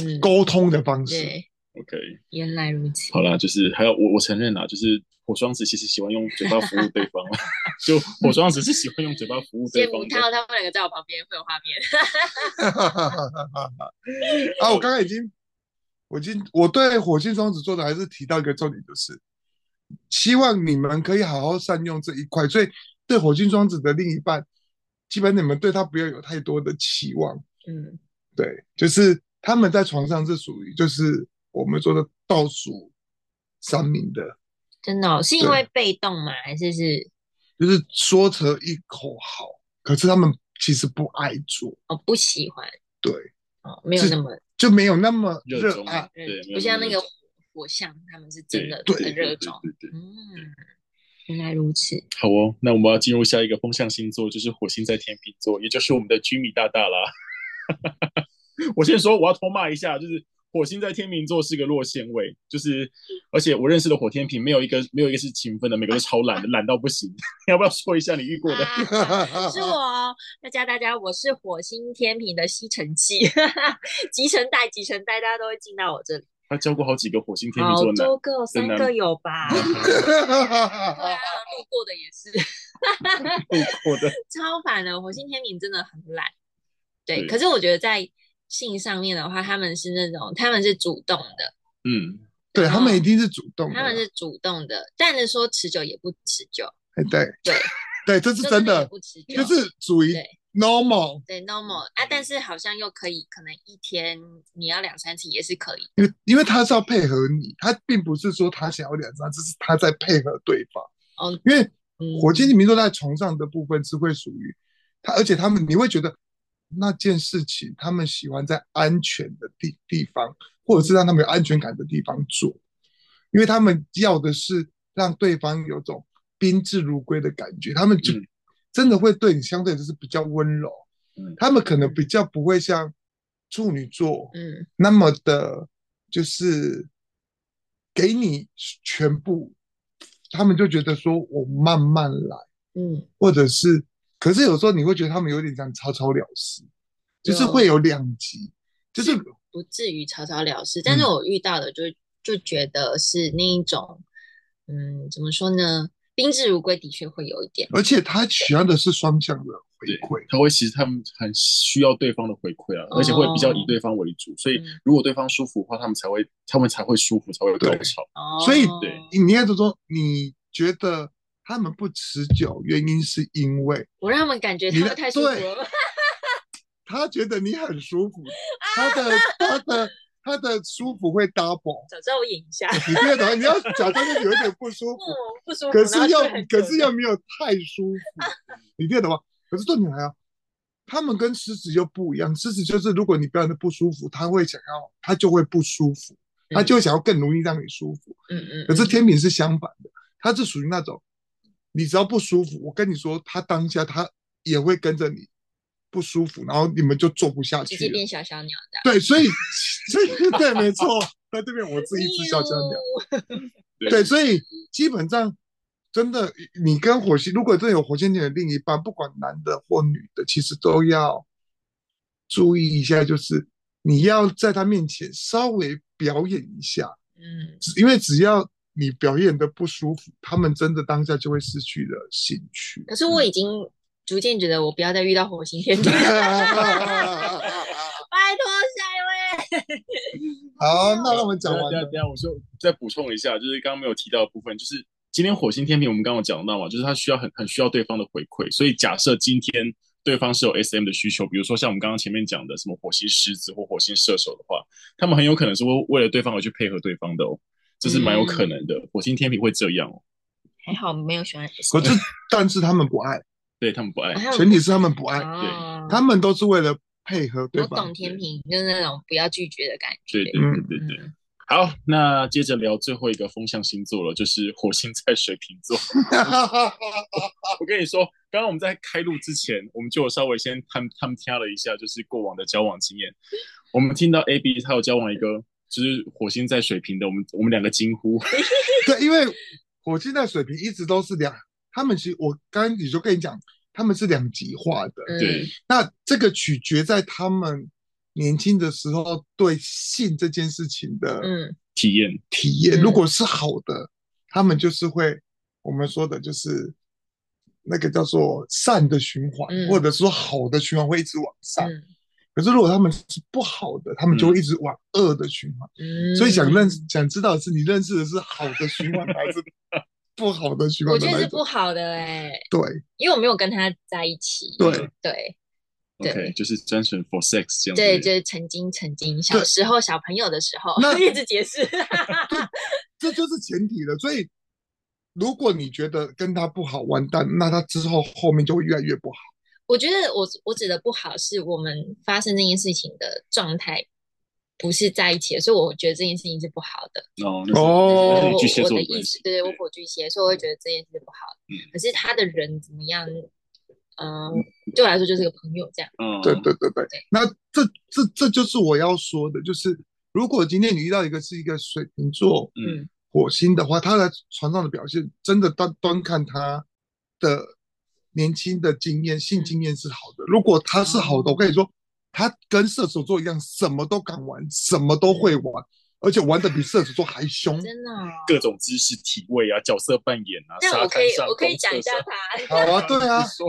Speaker 2: 嗯，
Speaker 1: 沟通的方式。
Speaker 2: 对，
Speaker 3: OK。
Speaker 2: 原来如此。
Speaker 3: 好啦，就是还有我我承认啦，就是火双子其实喜欢用嘴巴服务对方，啊 就火双子是喜欢用嘴巴服务对
Speaker 2: 羡
Speaker 3: 方
Speaker 2: 慕看到
Speaker 3: 的。
Speaker 2: 他们两个在我旁边会有画 面。
Speaker 1: 啊，我刚刚已经，我已经我对火星双子座的还是提到一个重点，就是希望你们可以好好善用这一块。所以对火星双子的另一半，基本你们对他不要有太多的期望。
Speaker 2: 嗯，
Speaker 1: 对，就是他们在床上是属于就是我们说的倒数三名的，
Speaker 2: 真的哦、是因为被动吗？还是是
Speaker 1: 就是说着一口好，可是他们其实不爱做，
Speaker 2: 我、哦、不喜欢
Speaker 1: 对，
Speaker 2: 哦，没有
Speaker 1: 是
Speaker 2: 那么
Speaker 1: 就没有那么
Speaker 3: 热
Speaker 1: 热
Speaker 3: 衷
Speaker 1: 爱。，
Speaker 3: 对
Speaker 2: 热，，
Speaker 3: 没有
Speaker 2: 不像那
Speaker 3: 热
Speaker 2: 个
Speaker 3: 衷
Speaker 2: 火象，他们是真
Speaker 3: 对
Speaker 2: 的
Speaker 3: 对
Speaker 2: 很
Speaker 3: 对
Speaker 2: 热
Speaker 3: 对
Speaker 2: 衷。
Speaker 3: 对对对
Speaker 2: 嗯，原来如此。
Speaker 3: 好哦，那我们要进入下一个风象星座，就是火星在天秤座，也就是我们的居米大大啦。 我先说，我要偷骂一下，就是火星在天秤座是个落线位，就是而且我认识的火天平没有一个没有一个是勤奋的，每个都超懒的，懒到不行。 要不要说一下你遇 过的？
Speaker 2: 啊是我哦，大家大家，我是火星天平的吸尘器， 集成袋集成袋，大家都会进到我这里，
Speaker 3: 他交过好几个火星天秤
Speaker 2: 好
Speaker 3: 座男
Speaker 2: 多个，三
Speaker 3: 男
Speaker 2: 个有吧？对啊路过的也是
Speaker 3: 路过的，
Speaker 2: 超烦的。火星天平真的很懒，对。
Speaker 3: 对
Speaker 2: 可是我觉得在性上面的话，他们是那种他们是主动的，
Speaker 3: 嗯，
Speaker 1: 对他们一定是主动的，
Speaker 2: 他们是主动的，但是说持久也不持久，
Speaker 1: 哎对
Speaker 2: 对
Speaker 1: 对，这是
Speaker 2: 说
Speaker 1: 真
Speaker 2: 也
Speaker 1: 的，
Speaker 2: 不持久，
Speaker 1: 就是属于
Speaker 2: 对
Speaker 1: normal，
Speaker 2: 对 normal 啊，但是好像又可以，可能一天你要两三次也是可以。
Speaker 1: 因为因为他是要配合你，他并不是说他想要两张，只是他在配合对方。
Speaker 2: 哦
Speaker 1: 因为
Speaker 2: 嗯
Speaker 1: 火星民座在床上的部分是会属于他，而且他们你会觉得那件事情，他们喜欢在安全的地地方，或者是让他们有安全感的地方做，因为他们要的是让对方有种宾至如归的感觉，他们就
Speaker 3: 嗯
Speaker 1: 真的会对你相对就是比较温柔，
Speaker 3: 嗯
Speaker 1: 他们可能比较不会像处女座
Speaker 2: 嗯。
Speaker 1: 那么的，就是给你全部，他们就觉得说我慢慢来，
Speaker 2: 嗯，
Speaker 1: 或者是，可是有时候你会觉得他们有点想草草了事，就是
Speaker 2: 有
Speaker 1: 会有两极，就是
Speaker 2: 不至于草草了事，但是
Speaker 1: 嗯
Speaker 2: 我遇到的就就觉得是那一种，嗯，怎么说呢？宾至如归的确会有一点，
Speaker 1: 而且他喜欢的是双向的回
Speaker 3: 对
Speaker 1: 馈，
Speaker 3: 他会其实他们很需要对方的回馈啊，
Speaker 2: 哦
Speaker 3: 而且会比较以对方为主，所以
Speaker 2: 嗯
Speaker 3: 如果对方舒服的话，他们才会他们才会舒服，才会有高潮。
Speaker 2: 哦，
Speaker 1: 所以
Speaker 3: 对
Speaker 1: 你也就说你觉得他们不持久，原因是因为
Speaker 2: 我让他们感觉他
Speaker 1: 你
Speaker 2: 们
Speaker 1: 的
Speaker 2: 太舒服了吧，
Speaker 1: 他觉得你很舒服，他的他的他的舒服会 double。
Speaker 2: 早知道我演一下，
Speaker 1: 你听得懂？你要假装是有一点不舒服，
Speaker 2: 我不舒服，
Speaker 1: 可是
Speaker 2: 然后
Speaker 1: 又
Speaker 2: 就很
Speaker 1: 可是
Speaker 2: 久
Speaker 1: 又没有太舒 服，你听得懂吗？可是做女孩啊，她们跟狮子又不一样，狮子就是如果你表演的不舒服，她会想要，她就会不舒服，她就会想要更容易让你舒服。
Speaker 2: 嗯嗯，
Speaker 1: 可是
Speaker 2: 嗯
Speaker 1: 天平是相反的，她是属于那种，你只要不舒服，我跟你说，她当下她也会跟着你不舒服，然后你们就做不下
Speaker 2: 直
Speaker 1: 去
Speaker 2: 接
Speaker 1: 了。
Speaker 2: 变小小鸟的，
Speaker 1: 对，所以所以 对，没错，在这边我自己只小小
Speaker 2: 哎
Speaker 1: 鸟。对，所以基本上真的，你跟火星，如果真的有火星点的另一半，不管男的或女的，其实都要注意一下，就是你要在他面前稍微表演一下，
Speaker 2: 嗯，
Speaker 1: 只因为只要你 表演的不舒服，他们真的当下就会失去了兴趣。
Speaker 2: 可是我已经逐渐觉得我不要再遇到火星天女 了。拜托下一位，
Speaker 1: 好，那让我们讲
Speaker 3: 等一下
Speaker 1: 完
Speaker 3: 等一
Speaker 1: 了
Speaker 3: 下等一下，我就再补充一下，就是刚刚没有提到的部分，就是今天火星天平，我们刚刚有讲到嘛，就是它需要很很需要对方的回馈，所以假设今天对方是有 S M 的需求，比如说像我们刚刚前面讲的什么火星狮子或火星射手的话，他们很有可能是会为了对方而去配合对方的哦，这是蛮有可能的。火星天平会这样哦，
Speaker 2: 还好没有喜欢 S。
Speaker 1: 嗯可是，但是他们不爱，
Speaker 3: 对他们不爱，
Speaker 1: 前提是他们不爱，
Speaker 2: 哦，
Speaker 1: 啊他们都是为了配合对
Speaker 2: 我
Speaker 1: 方
Speaker 2: 懂。天平，就是那种不要拒绝的感觉
Speaker 3: 对。对
Speaker 1: 嗯
Speaker 3: 对对对。好，那接着聊最后一个风象星座了，就是火星在水瓶座。我跟你说，刚刚我们在开录之前，我们就有稍微先探探听了一下，就是过往的交往经验。我们听到 A B 他有交往一个就是火星在水瓶的，我们我们两个惊呼，
Speaker 1: 对，因为火星在水平一直都是两，他们其实我刚刚也就跟你讲，他们是两极化的。
Speaker 2: 嗯
Speaker 3: 对，
Speaker 1: 那这个取决在他们年轻的时候对性这件事情的
Speaker 2: 嗯，
Speaker 3: 体验
Speaker 1: 体验，
Speaker 2: 嗯
Speaker 1: 如果是好的，他们就是会我们说的就是那个叫做善的循环，
Speaker 2: 嗯
Speaker 1: 或者说好的循环会一直往上。
Speaker 2: 嗯
Speaker 1: 可是如果他们是不好的，他们就会一直往恶的循环。
Speaker 2: 嗯，
Speaker 1: 所以想认想知道的是你认识的是好的循环还是不好的循环
Speaker 2: 我
Speaker 1: 的
Speaker 2: 觉
Speaker 1: 那
Speaker 2: 得
Speaker 1: 一
Speaker 2: 是
Speaker 1: 种？
Speaker 2: 不好的哎，
Speaker 1: 对
Speaker 2: 因为我没有跟他在一起。
Speaker 1: 对
Speaker 2: 对对
Speaker 3: 嗯，OK，就是单纯 for sex 这样子。
Speaker 2: 对，就是曾经曾经小
Speaker 1: 对
Speaker 2: 时候小朋友的时候
Speaker 1: 那，
Speaker 2: 一直解释。
Speaker 1: 这就是前提了。所以如果你觉得跟他不好完蛋，那他之后后面就会越来越不好。
Speaker 2: 我觉得我我指的不好是我们发生这件事情的状态不是在一起的，所以我觉得这件事情是不好的。
Speaker 3: 哦
Speaker 1: 哦
Speaker 3: 那是
Speaker 2: 我
Speaker 3: 那是巨蟹
Speaker 2: 我
Speaker 3: 座
Speaker 2: 的
Speaker 3: 关
Speaker 2: 意
Speaker 3: 系
Speaker 2: 思，，对我火巨蟹，所以我会觉得这件事不好。
Speaker 3: 嗯
Speaker 2: 可是他的人怎么样？嗯，对我来说就是个朋友这样。
Speaker 3: 嗯，
Speaker 1: 对对对对
Speaker 2: 对，
Speaker 1: 那这这这就是我要说的，就是如果今天你遇到一个是一个水瓶座
Speaker 3: 嗯
Speaker 1: 火星的话，他在船上的表现，真的端端看他的年轻的经验、性经验是好的。如果他是好的，我跟你说，他跟射手座一样，什么都敢玩，什么都会玩，而且玩的比射手座还凶。
Speaker 2: 真的哦、
Speaker 3: 各种姿势体位啊，角色扮演啊，
Speaker 2: 但
Speaker 3: 沙
Speaker 2: 我可以
Speaker 3: 滩上，
Speaker 2: 我可以讲一下
Speaker 3: 公厕上
Speaker 2: 他，
Speaker 1: 好啊，对啊，
Speaker 3: 说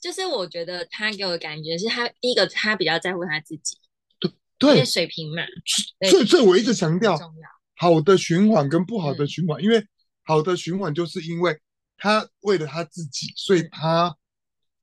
Speaker 2: 就是我觉得他给我的感觉是他第一个他比较在乎他自己，因为
Speaker 1: 对，
Speaker 2: 水平嘛，对
Speaker 1: 所以所以我一直强调
Speaker 2: 很，重要。
Speaker 1: 好的循环跟不好的循环，因为好的循环就是因为他为了他自己，所以他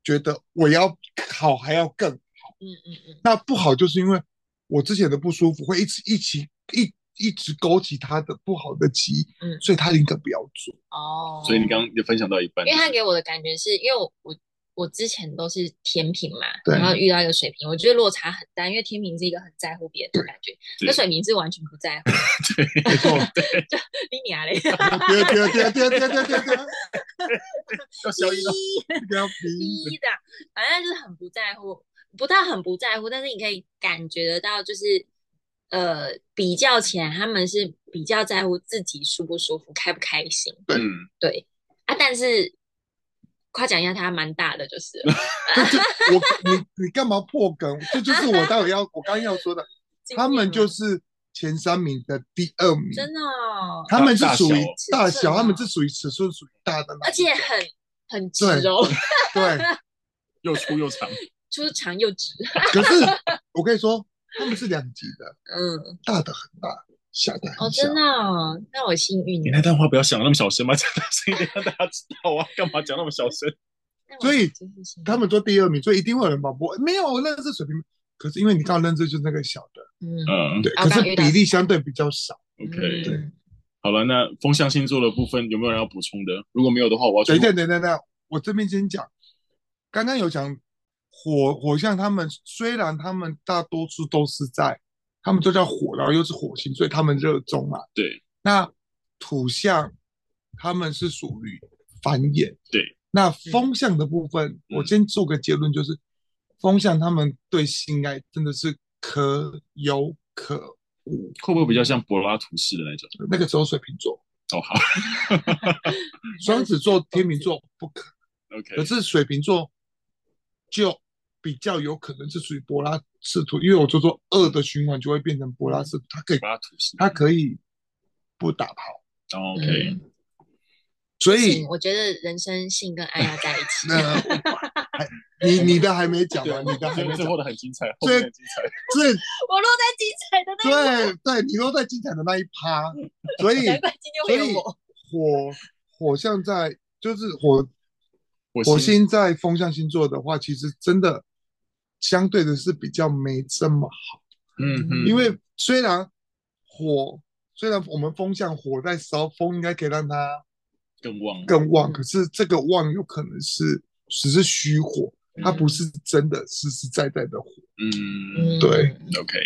Speaker 1: 觉得我要好还要更。
Speaker 2: 嗯嗯嗯，
Speaker 1: 那不好就是因为我之前的不舒服会一直一起一一直勾起他的不好的记忆，
Speaker 2: 嗯
Speaker 1: 所以他宁可不要做。
Speaker 2: 哦。
Speaker 3: 所以你刚刚就分享到一半，
Speaker 2: 因为他给我的感觉是因为我我我之前都是天平嘛，
Speaker 1: 对
Speaker 2: 然后遇到一个水瓶，我觉得落差很大，因为天平是一个很在乎别人的感觉，
Speaker 3: 对
Speaker 2: 那水瓶是完全不在乎，
Speaker 1: 没错，
Speaker 2: 你娘 嘞！
Speaker 1: 对对对对对对对对，
Speaker 3: 要消音了，
Speaker 1: 不要逼。
Speaker 2: 一的， 反正就是很不在乎，不到很不在乎，但是你可以感觉得到，就是呃，比较起来，他们是比较在乎自己舒不舒服、开不开心，
Speaker 1: 对
Speaker 3: 嗯。
Speaker 2: 对啊，但是夸奖一下他蛮大的，就是了
Speaker 1: 我你你干嘛破梗？这就是我待会要我刚要 说的， 他们
Speaker 2: 今年
Speaker 1: 就
Speaker 2: 了
Speaker 1: 是前三名的第二名，
Speaker 2: 真的、哦，
Speaker 1: 他们是属于
Speaker 2: 大
Speaker 1: 大
Speaker 2: 大小
Speaker 1: 小，他们是属于尺寸属于大的那
Speaker 2: 而
Speaker 1: 一种，
Speaker 2: 且很很直
Speaker 1: 对
Speaker 2: 哦，
Speaker 1: 对。
Speaker 3: 又粗又长，
Speaker 2: 就是长又直，
Speaker 1: 可是我跟你说，他们是两级的，
Speaker 2: 嗯，
Speaker 1: 大的很大，小的
Speaker 2: 哦，
Speaker 1: 很小。
Speaker 2: 真的哦，那我幸运
Speaker 3: 你
Speaker 2: 了
Speaker 3: 那，段话不要想那么小声嘛，讲 大声一点让大家知道啊，干嘛讲那么小声？
Speaker 2: 那我
Speaker 1: 所以
Speaker 2: 真是幸运
Speaker 1: 他们做第二名，所以一定会有人反驳。没有，我认识水平，可是因为你刚好认识就是那个小的，
Speaker 2: 嗯
Speaker 3: 嗯
Speaker 1: 对，
Speaker 2: 啊
Speaker 1: 可是
Speaker 2: 我刚遇到
Speaker 1: 比例相对比较少。
Speaker 3: ，OK，
Speaker 1: 对
Speaker 2: 嗯
Speaker 3: 好了，那风象星座的部分有没有人要补充的？如果没有的话，我要
Speaker 1: 等
Speaker 3: 去
Speaker 1: 一下，等一下，等一下，我这边先讲，刚刚有讲火火象，他们虽然他们大多数都是在，他们都叫火，然后又是火星，所以他们热衷嘛。
Speaker 3: 对，
Speaker 1: 那土象他们是属于繁衍，
Speaker 3: 对。
Speaker 1: 那风象的部分，
Speaker 3: 嗯
Speaker 1: 我先做个结论，就是风象他们对性爱真的是可有可无。
Speaker 3: 会不会比较像柏拉图式的那种？
Speaker 1: 那个时候水瓶座、
Speaker 3: 哦，好
Speaker 1: 双子座、天秤座不可，
Speaker 3: ，OK，
Speaker 1: 可是水瓶座就比较有可能是属于柏拉仕途，因为我就说恶的循环就会变成柏拉仕途，它可以
Speaker 3: 柏拉图式，
Speaker 1: 它可以不打炮，
Speaker 3: 哦，OK，
Speaker 2: 嗯
Speaker 1: 所以
Speaker 2: 性，我觉得人生性跟爱要在 一起。
Speaker 1: 那还你你的还没讲
Speaker 3: 对啊
Speaker 1: 完，你的还没讲
Speaker 3: 最最
Speaker 1: 完，
Speaker 3: 后的很精彩，后面很精彩。
Speaker 1: 这
Speaker 2: 我落在精彩的那
Speaker 1: 对
Speaker 2: 一
Speaker 1: 对，你落在精彩的那一趴，所以
Speaker 2: 难怪今天会有我。
Speaker 1: 火火象在就是火
Speaker 3: 我
Speaker 1: 火星在风象星座的话，其实真的相对的是比较没这么好，
Speaker 3: 嗯嗯，
Speaker 1: 因为虽然火虽然我们风象火在烧，风应该可以让它
Speaker 3: 更旺，
Speaker 1: 更旺，
Speaker 2: 嗯
Speaker 1: 可是这个旺有可能是只是虚火，它
Speaker 2: 嗯
Speaker 1: 不是真的实实在在的火。
Speaker 3: 嗯
Speaker 1: 对，
Speaker 3: ，OK，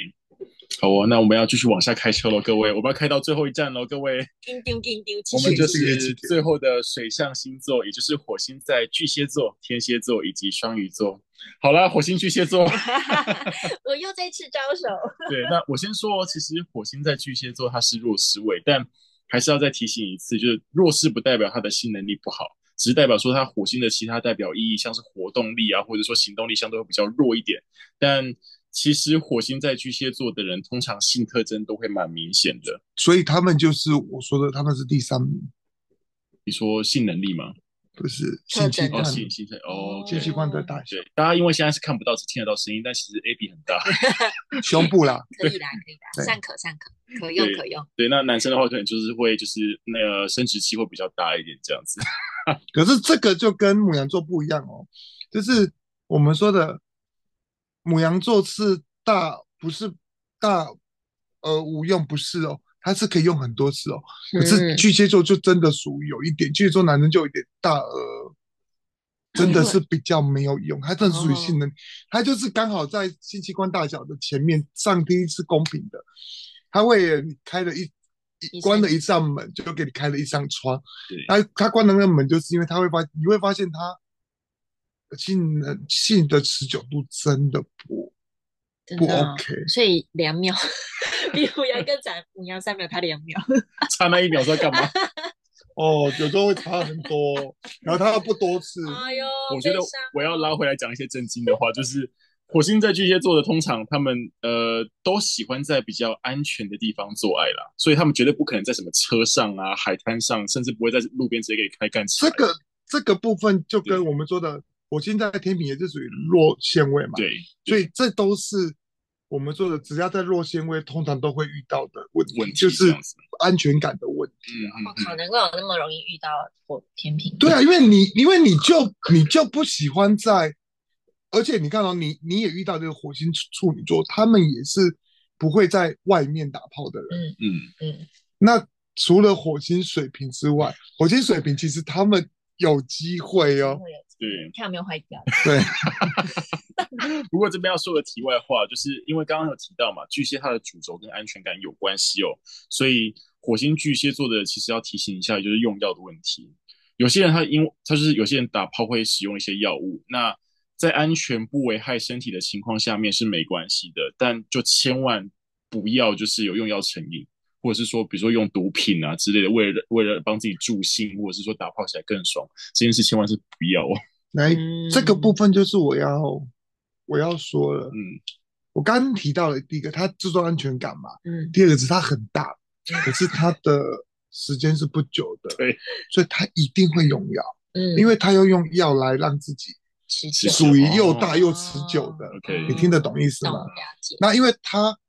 Speaker 3: 好哦，那我们要继续往下开车喽，各位，我们要开到最后一站喽，各位。
Speaker 2: 叮叮叮叮，
Speaker 3: 我们
Speaker 1: 谢
Speaker 3: 就
Speaker 1: 谢谢
Speaker 3: 是
Speaker 1: 谢
Speaker 3: 最后的水象星座，也就是火星在巨蟹座、天蝎座以及双鱼座。好啦，火星巨蟹座，
Speaker 2: 我又再次招手。
Speaker 3: 对，那我先说哦，其实火星在巨蟹座它是弱势位，但还是要再提醒一次，就是弱势不代表他的性能力不好，只是代表说他火星的其他代表意义，像是活动力啊，或者说行动力相对会比较弱一点。但其实火星在巨蟹座的人，通常性特征都会蛮明显的。
Speaker 1: 所以他们就是我说的，他们是第三名，
Speaker 3: 你说性能力吗？
Speaker 1: 不是性
Speaker 2: 特
Speaker 1: 器
Speaker 2: 征
Speaker 3: 哦，
Speaker 1: 官，
Speaker 3: 性性特哦，OK，
Speaker 1: 性器官的大小
Speaker 3: 对，，大家因为现在是看不到，只听得到声音，但其实 A B 很 大。
Speaker 1: 胸部啦，
Speaker 2: 可以啦，可以啦，
Speaker 1: 对
Speaker 2: 尚可尚可，可用
Speaker 3: 对
Speaker 2: 可用。
Speaker 3: 对，那男生的话可能就是会就是那个生殖器会比较大一点这样子。
Speaker 1: 可是这个就跟母羊座不一样哦，就是我们说的母羊座是大，不是大而无用，不是哦，它是可以用很多次哦。可是
Speaker 2: 嗯
Speaker 1: 巨蟹座就真的属于有一点，巨蟹座男生就有一点大而。真的是比较没有用，它真的属于
Speaker 2: 哦
Speaker 1: 性能，它就是刚好在性器官大小的前面，上帝是公平的，它为了你开了一一
Speaker 2: 一扇
Speaker 1: 关了一扇门，就给你开了一扇窗，
Speaker 3: 对，
Speaker 1: 他他关了那个门，就是因为他会发，你会发现他性能性的持久度真的不
Speaker 2: 真
Speaker 1: 不
Speaker 2: 的哦
Speaker 1: OK。
Speaker 2: 所以两秒 比母羊更长，母羊三秒，它两秒。
Speaker 3: 差那一秒是要干 嘛？
Speaker 1: 哦，有时候会差很多，哦然后他又不多次，
Speaker 2: 哎呦，
Speaker 3: 我觉得
Speaker 2: 悲伤
Speaker 3: 我要拉回来讲一些正经的话，就是火星在巨蟹座的，通常他们呃都喜欢在比较安全的地方做爱啦，所以他们绝对不可能在什么车上啊、海滩上，甚至不会在路边直接给你开干起
Speaker 1: 这
Speaker 3: 来。
Speaker 1: 个这个部分就
Speaker 3: 对
Speaker 1: 跟我们说的火星在天平也是属于弱线位嘛，，
Speaker 3: 对，
Speaker 1: 所以这都是我们说的，只要在弱线位，通常都会遇到的问题，
Speaker 3: 问题
Speaker 1: 就
Speaker 3: 这
Speaker 1: 是
Speaker 3: 样子。
Speaker 1: 安全感的问题。
Speaker 3: 嗯嗯
Speaker 2: 我
Speaker 3: 嗯，
Speaker 2: 靠，难怪我那么容易遇到火天平。
Speaker 1: 对啊，因为你因为你就你就不喜欢在，而且你看到、你你也遇到这个火星处处女座，他们也是不会在外面打炮的人。
Speaker 2: 嗯
Speaker 3: 嗯，
Speaker 2: 嗯，
Speaker 1: 那除了火星水瓶之外，火星水瓶其实他们有机会哦。
Speaker 2: 会有
Speaker 3: 对。
Speaker 2: 看有没有坏掉。
Speaker 1: 对，
Speaker 3: 不过这边要说个题外话，就是因为刚刚有提到嘛，巨蟹它的主轴跟安全感有关系哦，所以火星巨蟹座的其实要提醒一下，就是用药的问题。有些人他因他就是有些人打炮会使用一些药物，那在安全不危害身体的情况下面是没关系的，但就千万不要就是有用药成瘾，或者是说比如说用毒品啊之类的，为了为了帮自己助兴，或者是说打炮起来更爽，这件事千万是不要哦。
Speaker 1: 来、
Speaker 2: 嗯
Speaker 1: 这个部分就是我要我要说了。
Speaker 3: 嗯，
Speaker 1: 我刚刚提到了第一个，它制造安全感嘛，
Speaker 2: 嗯，
Speaker 1: 第二个是它很大，可是它的时间是不久的，
Speaker 3: 对，
Speaker 1: 所以它一定会用药，
Speaker 2: 嗯，
Speaker 1: 因为它要用药来让自己
Speaker 2: 持
Speaker 3: 持
Speaker 2: 久
Speaker 3: 久
Speaker 1: 属于又大又持久的，
Speaker 2: 哦
Speaker 3: OK
Speaker 1: 你听得懂意思
Speaker 2: 懂
Speaker 1: 吗？
Speaker 2: 了解。
Speaker 1: 那因为它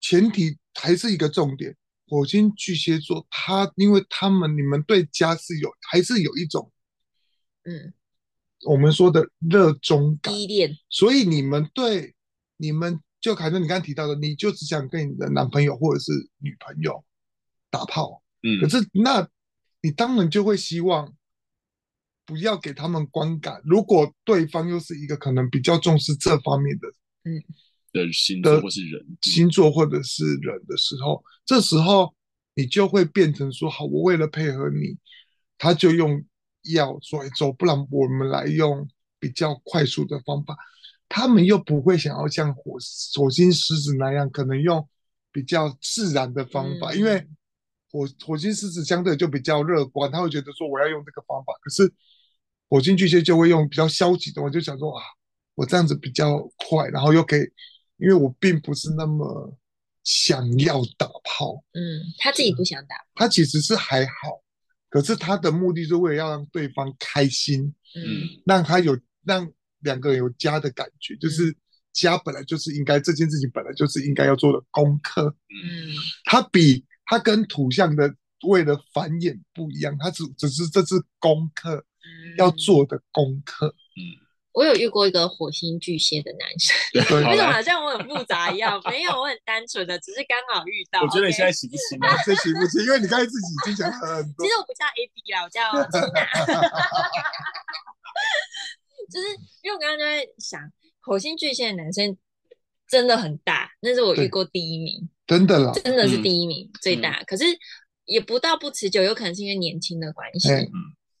Speaker 1: 前提还是一个重点，火星巨蟹座，它因为他们你们对家是有还是有一种
Speaker 2: 嗯，
Speaker 1: 我们说的热衷感，
Speaker 2: 依恋，
Speaker 1: 所以你们对你们就凯特你刚刚提到的，你就只想跟你的男朋友或者是女朋友打炮，
Speaker 3: 嗯
Speaker 1: 可是那你当然就会希望不要给他们观感，如果对方又是一个可能比较重视这方面的
Speaker 3: 嗯的星座
Speaker 1: 的
Speaker 3: 或是人，嗯
Speaker 1: 星座或者是人的时候，这时候你就会变成说，好，我为了配合你，他就用药做一做，不然我们来用比较快速的方法。他们又不会想要像火火星狮子那样，可能用比较自然的方法，
Speaker 2: 嗯
Speaker 1: 因为火火星狮子相对就比较乐观，他会觉得说我要用这个方法，可是火星巨蟹就会用比较消极的，我就想说啊，我这样子比较快，然后又可以，因为我并不是那么想要打炮，
Speaker 2: 嗯，他自己不想打，
Speaker 1: 他其实是还好，可是他的目的是为了要让对方开心，
Speaker 2: 嗯
Speaker 1: 让他有让两个人有家的感觉，就是家本来就是应该这件事情本来就是应该要做的功课。
Speaker 2: 嗯
Speaker 1: 它比它跟土象的为了繁衍不一样，它只只是这是功课
Speaker 2: 嗯
Speaker 1: 要。做的功课。
Speaker 2: 我有遇过一个火星巨蟹的男生，
Speaker 3: 对，
Speaker 1: 对
Speaker 3: 好
Speaker 2: 为什么
Speaker 3: 来，
Speaker 2: 好像我很复杂一样？没有，我很单纯的，只是刚好遇到。
Speaker 3: 我觉得你
Speaker 2: OK
Speaker 3: 现在行不行啊？
Speaker 1: 啊，这行不行？因为你刚才自己已经讲了很多
Speaker 2: 其，实我不叫 A B 啦，我叫 就是因为我刚刚就在想，火星巨蟹的男生真的很大，那是我遇
Speaker 1: 对
Speaker 2: 过第一名，
Speaker 1: 真的啦。
Speaker 2: 真的是
Speaker 3: 嗯
Speaker 2: 第一名、最大。可是也不到不持久，有可能是因为年轻的关系。
Speaker 1: 哎
Speaker 3: 嗯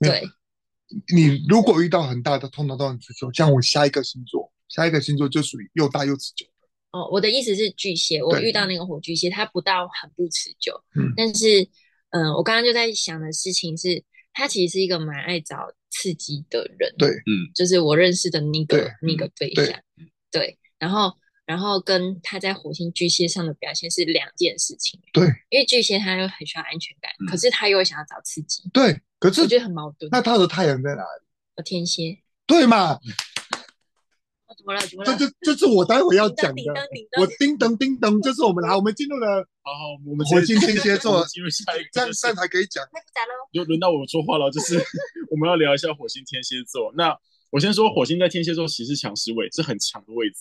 Speaker 1: 没有
Speaker 2: 对，
Speaker 1: 你如果遇到很大的，通常都很持久。像我下一个星座，下一个星座就属于又大又持久。
Speaker 2: 哦，我的意思是巨蟹，我
Speaker 1: 对
Speaker 2: 遇到那个火巨蟹，它不到很不持久，
Speaker 1: 嗯
Speaker 2: 但是，嗯、我刚刚就在想的事情是，他其实是一个蛮爱找刺激的人，
Speaker 1: 对
Speaker 3: 嗯，
Speaker 2: 就是我认识的那个
Speaker 1: 对嗯
Speaker 2: 那个对
Speaker 1: 对
Speaker 2: 象，对，然后然后跟他在火星巨蟹上的表现是两件事情，
Speaker 1: 对
Speaker 2: 因为巨蟹他又很需要安全感，
Speaker 3: 嗯
Speaker 2: 可是他又会想要找刺激，
Speaker 1: 对，可是
Speaker 2: 我觉得很矛盾。
Speaker 1: 那他的太阳在哪里？
Speaker 2: 我天蝎，
Speaker 1: 对嘛？
Speaker 2: 嗯哦怎么了？怎么
Speaker 1: 这
Speaker 2: 了？
Speaker 1: 就这是我待会要讲的
Speaker 2: 叮。当叮当
Speaker 1: 我叮咚叮咚，这是我们好，我们进入了，
Speaker 3: 好好，我们
Speaker 1: 火星天蝎座
Speaker 3: 我们进入下一个，
Speaker 1: 这样
Speaker 3: 就是
Speaker 1: 这样才可以讲。
Speaker 2: 太复杂喽。
Speaker 3: 就轮到我说话了，就是 我们要聊一下火星天蝎座。那我先说，火星在天蝎座其实是强势位，是很强的位置。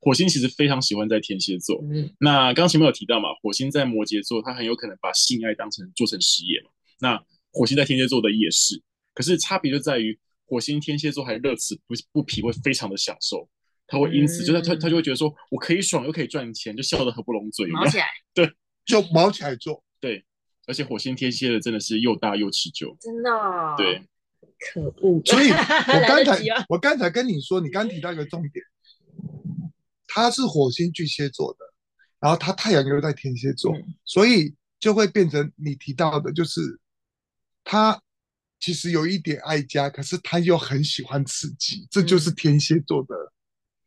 Speaker 3: 火星其实非常喜欢在天蝎座。
Speaker 2: 嗯
Speaker 3: 那刚前面有提到嘛，火星在摩羯座，它很有可能把性爱当成做成事业嘛。那火星在天蝎座的也是，可是差别就在于火星天蝎座还乐此不不疲，会非常的享受。他会因
Speaker 2: 嗯
Speaker 3: 此，就他他他就会觉得说，我可以爽，又可以赚钱，就笑得合不拢嘴，有
Speaker 2: 嗯
Speaker 3: 没
Speaker 2: 毛
Speaker 3: 有
Speaker 2: 起来，
Speaker 1: 就毛起来做。
Speaker 3: 而且火星天蝎的真的是又大又持久，
Speaker 2: 真的、哦。
Speaker 3: 对，
Speaker 2: 可恶。
Speaker 1: 所以我
Speaker 2: 来
Speaker 1: 刚
Speaker 2: 得
Speaker 1: 才
Speaker 2: 及吗？
Speaker 1: 我刚才跟你说，你刚提到一个重点，他是火星巨蟹座的，然后他太阳又在天蝎座，
Speaker 2: 嗯
Speaker 1: 所以就会变成你提到的，就是他其实有一点爱家，可是他又很喜欢刺激，这
Speaker 2: 嗯
Speaker 1: 就是天蝎座的。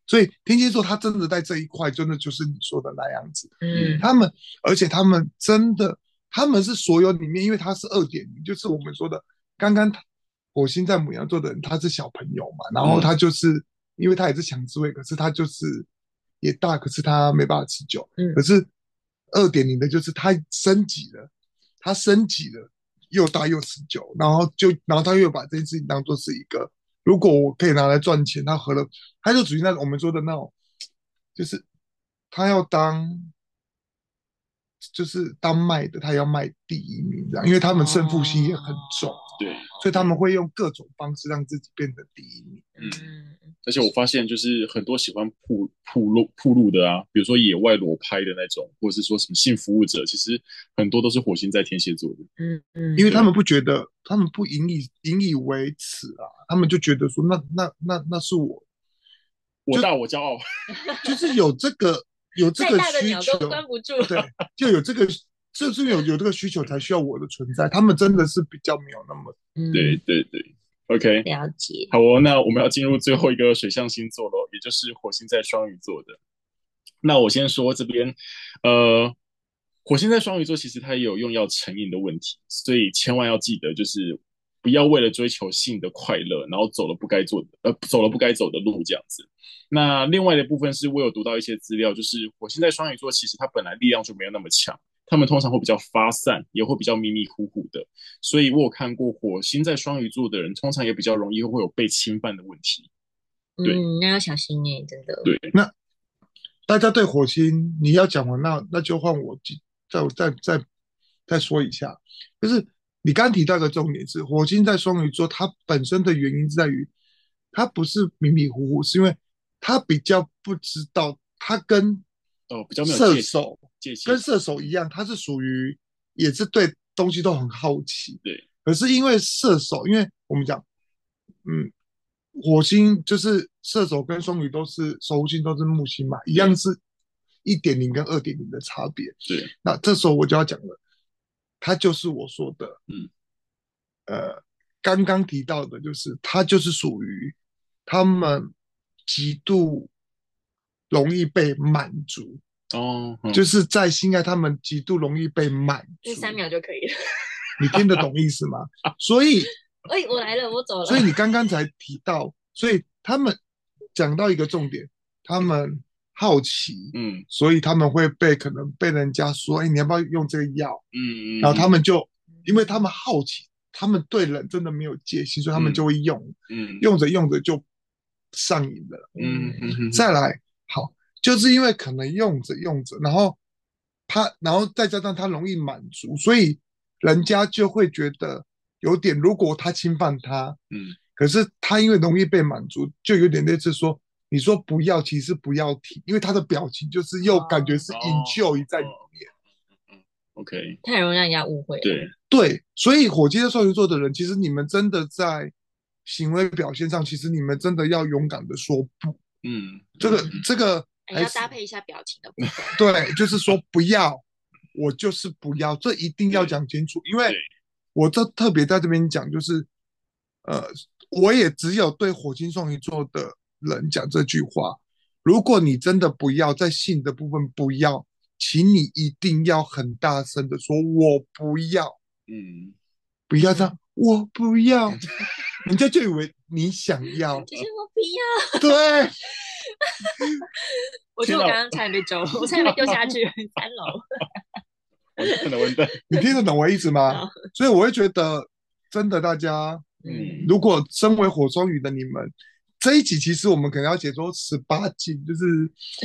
Speaker 1: 所以天蝎座他真的在这一块，真的就是你说的那样子。
Speaker 2: 嗯
Speaker 1: 他们，而且他们真的，他们是所有里面，因为他是二点零，就是我们说的刚刚火星在母羊座的人，他是小朋友嘛，
Speaker 2: 嗯
Speaker 1: 然后他就是、因为他也是强智慧，可是他就是也大，可是他没办法持久。
Speaker 2: 嗯
Speaker 1: 可是二点零的就是他升级了，他升级了，又大又持久，然后就然后他又把这件事情当做是一个，如果我可以拿来赚钱，他何乐？他就属于那种我们说的那种，就是他要当。就是当卖的，他要卖第一名这样，因为他们胜负心也很重，
Speaker 2: 哦
Speaker 3: 对。
Speaker 1: 所以他们会用各种方式让自己变得第一名。
Speaker 2: 嗯
Speaker 3: 而且我发现，就是很多喜欢铺铺路铺路的啊，比如说野外裸拍的那种，或者是说什么性服务者，其实很多都是火星在天蝎座的。
Speaker 2: 嗯嗯，
Speaker 1: 因为他们不觉得，他们不引以引以为耻啊，他们就觉得说，那那那那是我，
Speaker 3: 我大我骄傲，
Speaker 1: 就是有这个有这
Speaker 2: 再
Speaker 1: 个
Speaker 2: 大的
Speaker 1: 需
Speaker 2: 鸟
Speaker 1: 求
Speaker 2: 都，关不住。
Speaker 1: 对，就有这个，就是有有这个需求才需要我的存在。他们真的是比较没有那么，
Speaker 2: 嗯
Speaker 3: 对，对对，OK，
Speaker 2: 了解。
Speaker 3: 好哦，那我们要进入最后一个水象星座喽，也就是火星在双鱼座的。那我先说这边，呃，火星在双鱼座其实它也有用药成瘾的问题，所以千万要记得，就是不要为了追求性的快乐，然后走了不该做的，呃，走了不该走的路这样子。那另外的部分是我有读到一些资料，就是火星在双鱼座其实它本来力量就没有那么强，他们通常会比较发散，也会比较迷迷糊糊的。所以我有看过火星在双鱼座的人，通常也比较容易会有被侵犯的问题。对
Speaker 2: 嗯，那要小心耶，真的。
Speaker 3: 对，
Speaker 1: 大家对火星，你要讲完，那那就换我继再再再再说一下，就是你刚提到一个重点是，火星在双鱼座，它本身的原因是在于，它不是迷迷糊糊，是因为它比较不知道，它跟
Speaker 3: 哦，比较没有
Speaker 1: 射
Speaker 3: 界
Speaker 1: 手
Speaker 3: 界限
Speaker 1: 跟。射手一样，他是属于也是对东西都很好奇。
Speaker 3: 对，
Speaker 1: 可是因为射手，因为我们讲，嗯，火星就是射手跟双鱼都是守护星都是木星嘛，一样是一点零跟二点零的差别。
Speaker 3: 对，
Speaker 1: 那这时候我就要讲了，他就是我说的，
Speaker 3: 嗯，
Speaker 1: 呃，刚刚提到的，就是他就是属于他们极度容易被满足。
Speaker 3: 哦，嗯
Speaker 1: 就是在性爱，他们极度容易被满足
Speaker 2: 这。三秒就可以了。
Speaker 1: 你听得懂意思吗？所以，
Speaker 2: 哎，我来了，我走了。
Speaker 1: 所以你刚刚才提到，所以他们讲到一个重点，他们好奇，
Speaker 3: 嗯
Speaker 1: 所以他们会被可能被人家说，哎，你要不要用这个药？
Speaker 3: 嗯，嗯
Speaker 1: 然后他们就，因为他们好奇，他们对人真的没有戒心，所以他们就会用，
Speaker 3: 嗯
Speaker 1: 用着用着就上瘾了。
Speaker 3: 嗯嗯嗯嗯
Speaker 1: 再来，好，就是因为可能用着用着，然后他，然后再加上他容易满足，所以人家就会觉得有点，如果他侵犯他，
Speaker 3: 嗯
Speaker 1: 可是他因为容易被满足，就有点类似说。你说不要，其实不要停，因为他的表情就是又
Speaker 2: 哦
Speaker 1: 感觉是
Speaker 3: 哦嗯
Speaker 1: enjoy 在里面。
Speaker 3: ，OK，
Speaker 2: 太容易让人家误会了。
Speaker 3: 对，
Speaker 1: 对，所以火鸡的双鱼座的人，其实你们真的在行为表现上，其实你们真的要勇敢的说不。
Speaker 3: 嗯，
Speaker 1: 这个
Speaker 3: 嗯
Speaker 1: 这个
Speaker 2: 哎，
Speaker 1: 还
Speaker 2: 要
Speaker 1: 是
Speaker 2: 搭配一下表情的部分。
Speaker 1: 对，就是说不要，我就是不要，这一定要
Speaker 3: 对
Speaker 1: 讲清楚。因为
Speaker 3: 对
Speaker 1: 我这特别在这边讲，就是呃，我也只有对火星双鱼座的人讲这句话。如果你真的不要在性的部分不要，请你一定要很大声的说“我不要”。
Speaker 3: 嗯，
Speaker 1: 不要这样，我不 要，人家就以为你想要，
Speaker 2: 就是我不要，
Speaker 1: 对，
Speaker 2: 我觉得我刚刚差点被揪，我差点被丢 下去三楼。
Speaker 3: 完蛋了完蛋，
Speaker 1: 你听得懂我意思吗
Speaker 2: 好？
Speaker 1: 所以我会觉得，真的，大家
Speaker 3: 嗯
Speaker 1: 如果身为火中鱼的你们，这一集其实我们可能要解说十八禁，就是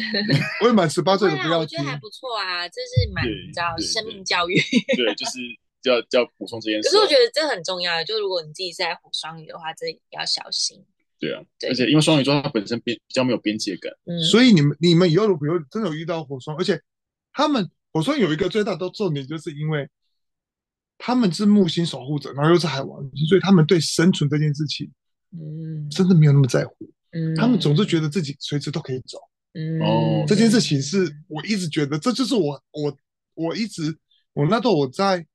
Speaker 1: 未满十八岁
Speaker 2: 对
Speaker 1: 的
Speaker 2: 啊，
Speaker 1: 不要
Speaker 2: 我觉
Speaker 1: 听
Speaker 2: 得。还不错啊，这是蛮
Speaker 3: 对
Speaker 2: 你知道
Speaker 3: 对
Speaker 2: 生
Speaker 3: 对
Speaker 2: 命教育。
Speaker 3: 对，就是要要补充这件
Speaker 2: 可
Speaker 3: 事
Speaker 2: 是
Speaker 3: 哦，
Speaker 2: 我觉得这很重要，就如果你自己是在虎双鱼的话，这也要小心。
Speaker 3: 对啊，
Speaker 2: 对
Speaker 3: 而且因为双鱼座它本身边比较没有边界感，
Speaker 2: 嗯，
Speaker 1: 所以你们你们以后如果有真的有遇到火双，而且他们火双有一个最大的重点，就是因为他们是木星守护者，然后又是海王星，所以他们对生存这件事情
Speaker 2: 嗯
Speaker 1: 真的没有那么在乎。
Speaker 2: 嗯
Speaker 1: 他们总是觉得自己随时都可以走。
Speaker 2: 嗯
Speaker 3: 哦
Speaker 1: 这件事情是我一直觉得，这就是我我我一直我那时候我在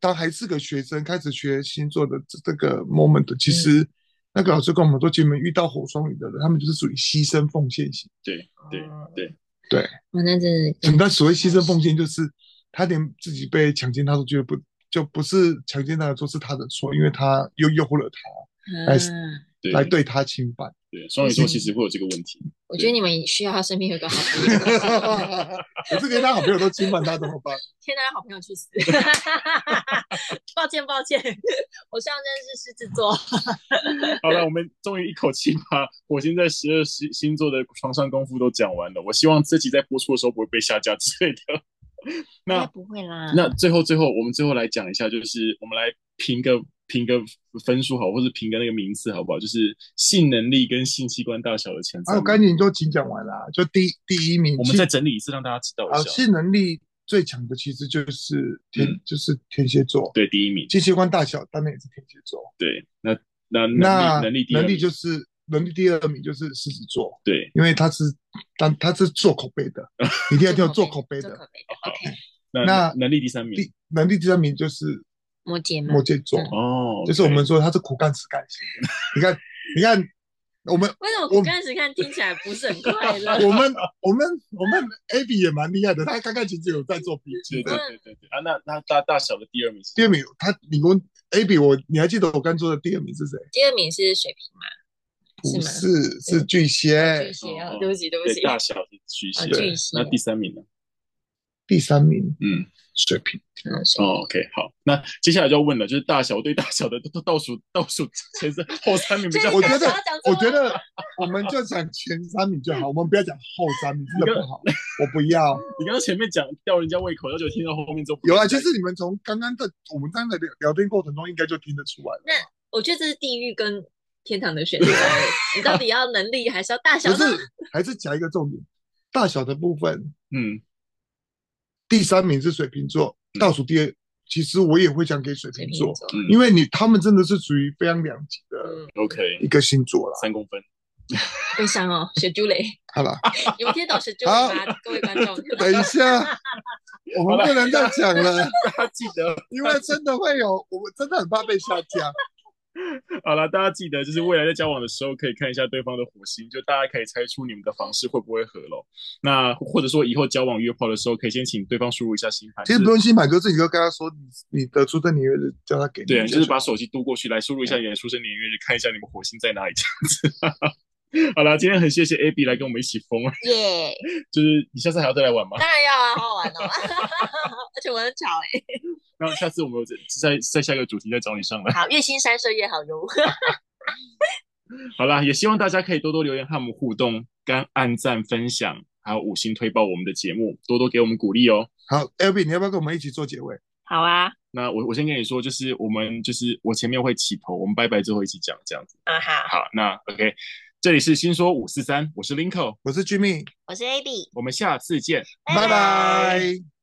Speaker 1: 当还是个学生开始学星座的这这个 moment，其
Speaker 3: 嗯
Speaker 1: 实那个老师跟我们说，其实你们遇到火双鱼的人，他们就是属于牺牲奉献型。
Speaker 3: 对对
Speaker 1: 对，
Speaker 2: 哇，那真的
Speaker 3: 嗯
Speaker 1: 什么叫所谓牺牲奉献？就是他连自己被强奸，他都觉得不就不是强奸他的错，是他的错，因为他又诱惑了他来
Speaker 2: 啊，
Speaker 3: 对
Speaker 1: 来对他侵犯。
Speaker 3: 对，双鱼座其实会有这个问题，
Speaker 2: 我觉得你们需要身边有个好朋友。
Speaker 1: 可是连他好朋友都侵犯他，怎么 办？
Speaker 2: 天呐，好朋友去死！抱歉抱歉，我上任是狮子座。
Speaker 3: 好了，我们终于一口气把火星在十二星星座的床上功夫都讲完了。我希望这集在播出的时候不会被下架之类的。
Speaker 2: 应该
Speaker 3: 那
Speaker 2: 不会啦。
Speaker 3: 那最后最后，我们最后来讲一下，就是我们来评个评个分数好，或者评个那个名次好不好？就是性能力跟性器官大小的前
Speaker 1: 还
Speaker 3: 三
Speaker 1: 有
Speaker 3: 名。
Speaker 1: 哎啊赶紧都请讲完啦，就第第一名，
Speaker 3: 我们再整理一次，让大家知道
Speaker 1: 啊，
Speaker 3: 一下。
Speaker 1: 性能力最强的其实就是天，
Speaker 3: 嗯
Speaker 1: 就是天蝎座，
Speaker 3: 对，第一名，
Speaker 1: 性器官大小当然也是天蝎座。
Speaker 3: 对，那那
Speaker 1: 那
Speaker 3: 能力能力第二名
Speaker 1: 就是能力第二名就是狮子座，
Speaker 3: 对。
Speaker 1: 因为他是当他是做口碑 的，一定要叫做口碑
Speaker 2: 做
Speaker 1: 的。
Speaker 2: 口碑的，OK，
Speaker 3: 那
Speaker 1: 那
Speaker 3: 能力第三名
Speaker 1: 第能力第三名就是
Speaker 2: 摩羯吗
Speaker 1: 摩？羯座，
Speaker 2: 嗯
Speaker 3: 哦，
Speaker 1: 就是我们说他是苦干实干型 的。你看，你看，我们
Speaker 2: 为什么
Speaker 1: 我
Speaker 2: 我刚开始看听起来不是很快乐？
Speaker 1: 我们我们我们 Abby 也蛮厉害的，他刚刚其实有在做笔记
Speaker 3: 对
Speaker 1: 的
Speaker 3: 对。对对对啊，那那大大小的第二名是
Speaker 1: 第二名，他你跟 A B，我你还记得我刚说的第二名是谁？
Speaker 2: 第二名是水瓶嘛？
Speaker 1: 不
Speaker 2: 吗
Speaker 1: 是，是巨蟹
Speaker 2: 巨。蟹
Speaker 3: 哦
Speaker 2: 哦
Speaker 3: 哦，
Speaker 2: 对不起对不
Speaker 3: 对
Speaker 2: 起，
Speaker 3: 大小是巨蟹
Speaker 2: 啊巨蟹
Speaker 3: 那第三名呢？
Speaker 1: 第三名
Speaker 3: 嗯，
Speaker 1: 水 瓶。
Speaker 2: 嗯，水
Speaker 3: 哦，OK，好，那接下来就要问了，就是大小对大小的都倒数倒数前三后三名比较
Speaker 2: 这
Speaker 1: 我
Speaker 2: 个
Speaker 1: 觉得
Speaker 2: 大小讲错
Speaker 1: 我
Speaker 2: 了
Speaker 1: 觉得我们就讲前三名就 好，我们不要讲后三名，真的不好。我不要。
Speaker 3: 你刚刚前面讲吊人家胃口，然后就听到后面之后
Speaker 1: 有啊，就是你们从刚刚的我们刚才聊聊天过程中，应该就听得出来了。
Speaker 2: 我觉得这是地狱跟天堂的选择，你到底要能力还是要大小
Speaker 1: 可
Speaker 2: 呢？
Speaker 1: 是还是讲一个重点，大小的部分，
Speaker 3: 嗯，
Speaker 1: 第三名是水瓶座，
Speaker 3: 嗯
Speaker 1: 倒数第二。其实我也会讲给水
Speaker 2: 水
Speaker 1: 瓶
Speaker 2: 瓶
Speaker 1: 座
Speaker 2: 座，，
Speaker 3: 嗯
Speaker 1: 因为你他们真的是属于非常两极的
Speaker 2: 嗯，
Speaker 3: OK
Speaker 1: 一个星座啦。
Speaker 3: 三公分，
Speaker 2: 悲伤哦，雪朱雷，
Speaker 1: 好啦，
Speaker 2: 你们听懂雪朱雷吗？各位 观众，
Speaker 1: 等一下，我们不能再讲了，
Speaker 3: 大家记得
Speaker 1: 因为真的会有，我们真的很怕被下架。
Speaker 3: 好了，大家记得就是未来在交往的时候可以看一下对方的火星，就大家可以猜出你们的房事会不会合咯。那或者说以后交往约炮的时候，可以先请对方输入一下星盘，
Speaker 1: 其实不用星盘，就自己就跟他说你你的出生年月日，叫他给你。
Speaker 3: 对，就是把手机渡过去，来输入一下你的出生年月日，看一下你们火星在哪里这样子。 好啦，今天很谢谢 Abby 来跟我们一起疯，
Speaker 2: 耶、
Speaker 3: 就是你下次还要再来玩吗？
Speaker 2: 当然要啊，好好玩哦， 而且我很吵哎、
Speaker 3: 然后下次我们再再再下一个主题再找你上来。
Speaker 2: 好，越新山色越好哟。
Speaker 3: 好啦，也希望大家可以多多留言和我们互动，跟按赞、分享，还有五星推爆我们的节目，多多给我们鼓励哦。
Speaker 1: 好 a b y 你要不要跟我们一起做结尾？
Speaker 2: 好啊，
Speaker 3: 那我我先跟你说，就是我们就是我前面会起头，我们拜拜之后一起讲这样子。
Speaker 2: 嗯好，
Speaker 3: 好，那 OK，这里是新说五四三，我是 Linko，
Speaker 1: 我是 Jimmy，
Speaker 2: 我是 AB，
Speaker 3: 我们下次见。
Speaker 1: 拜拜。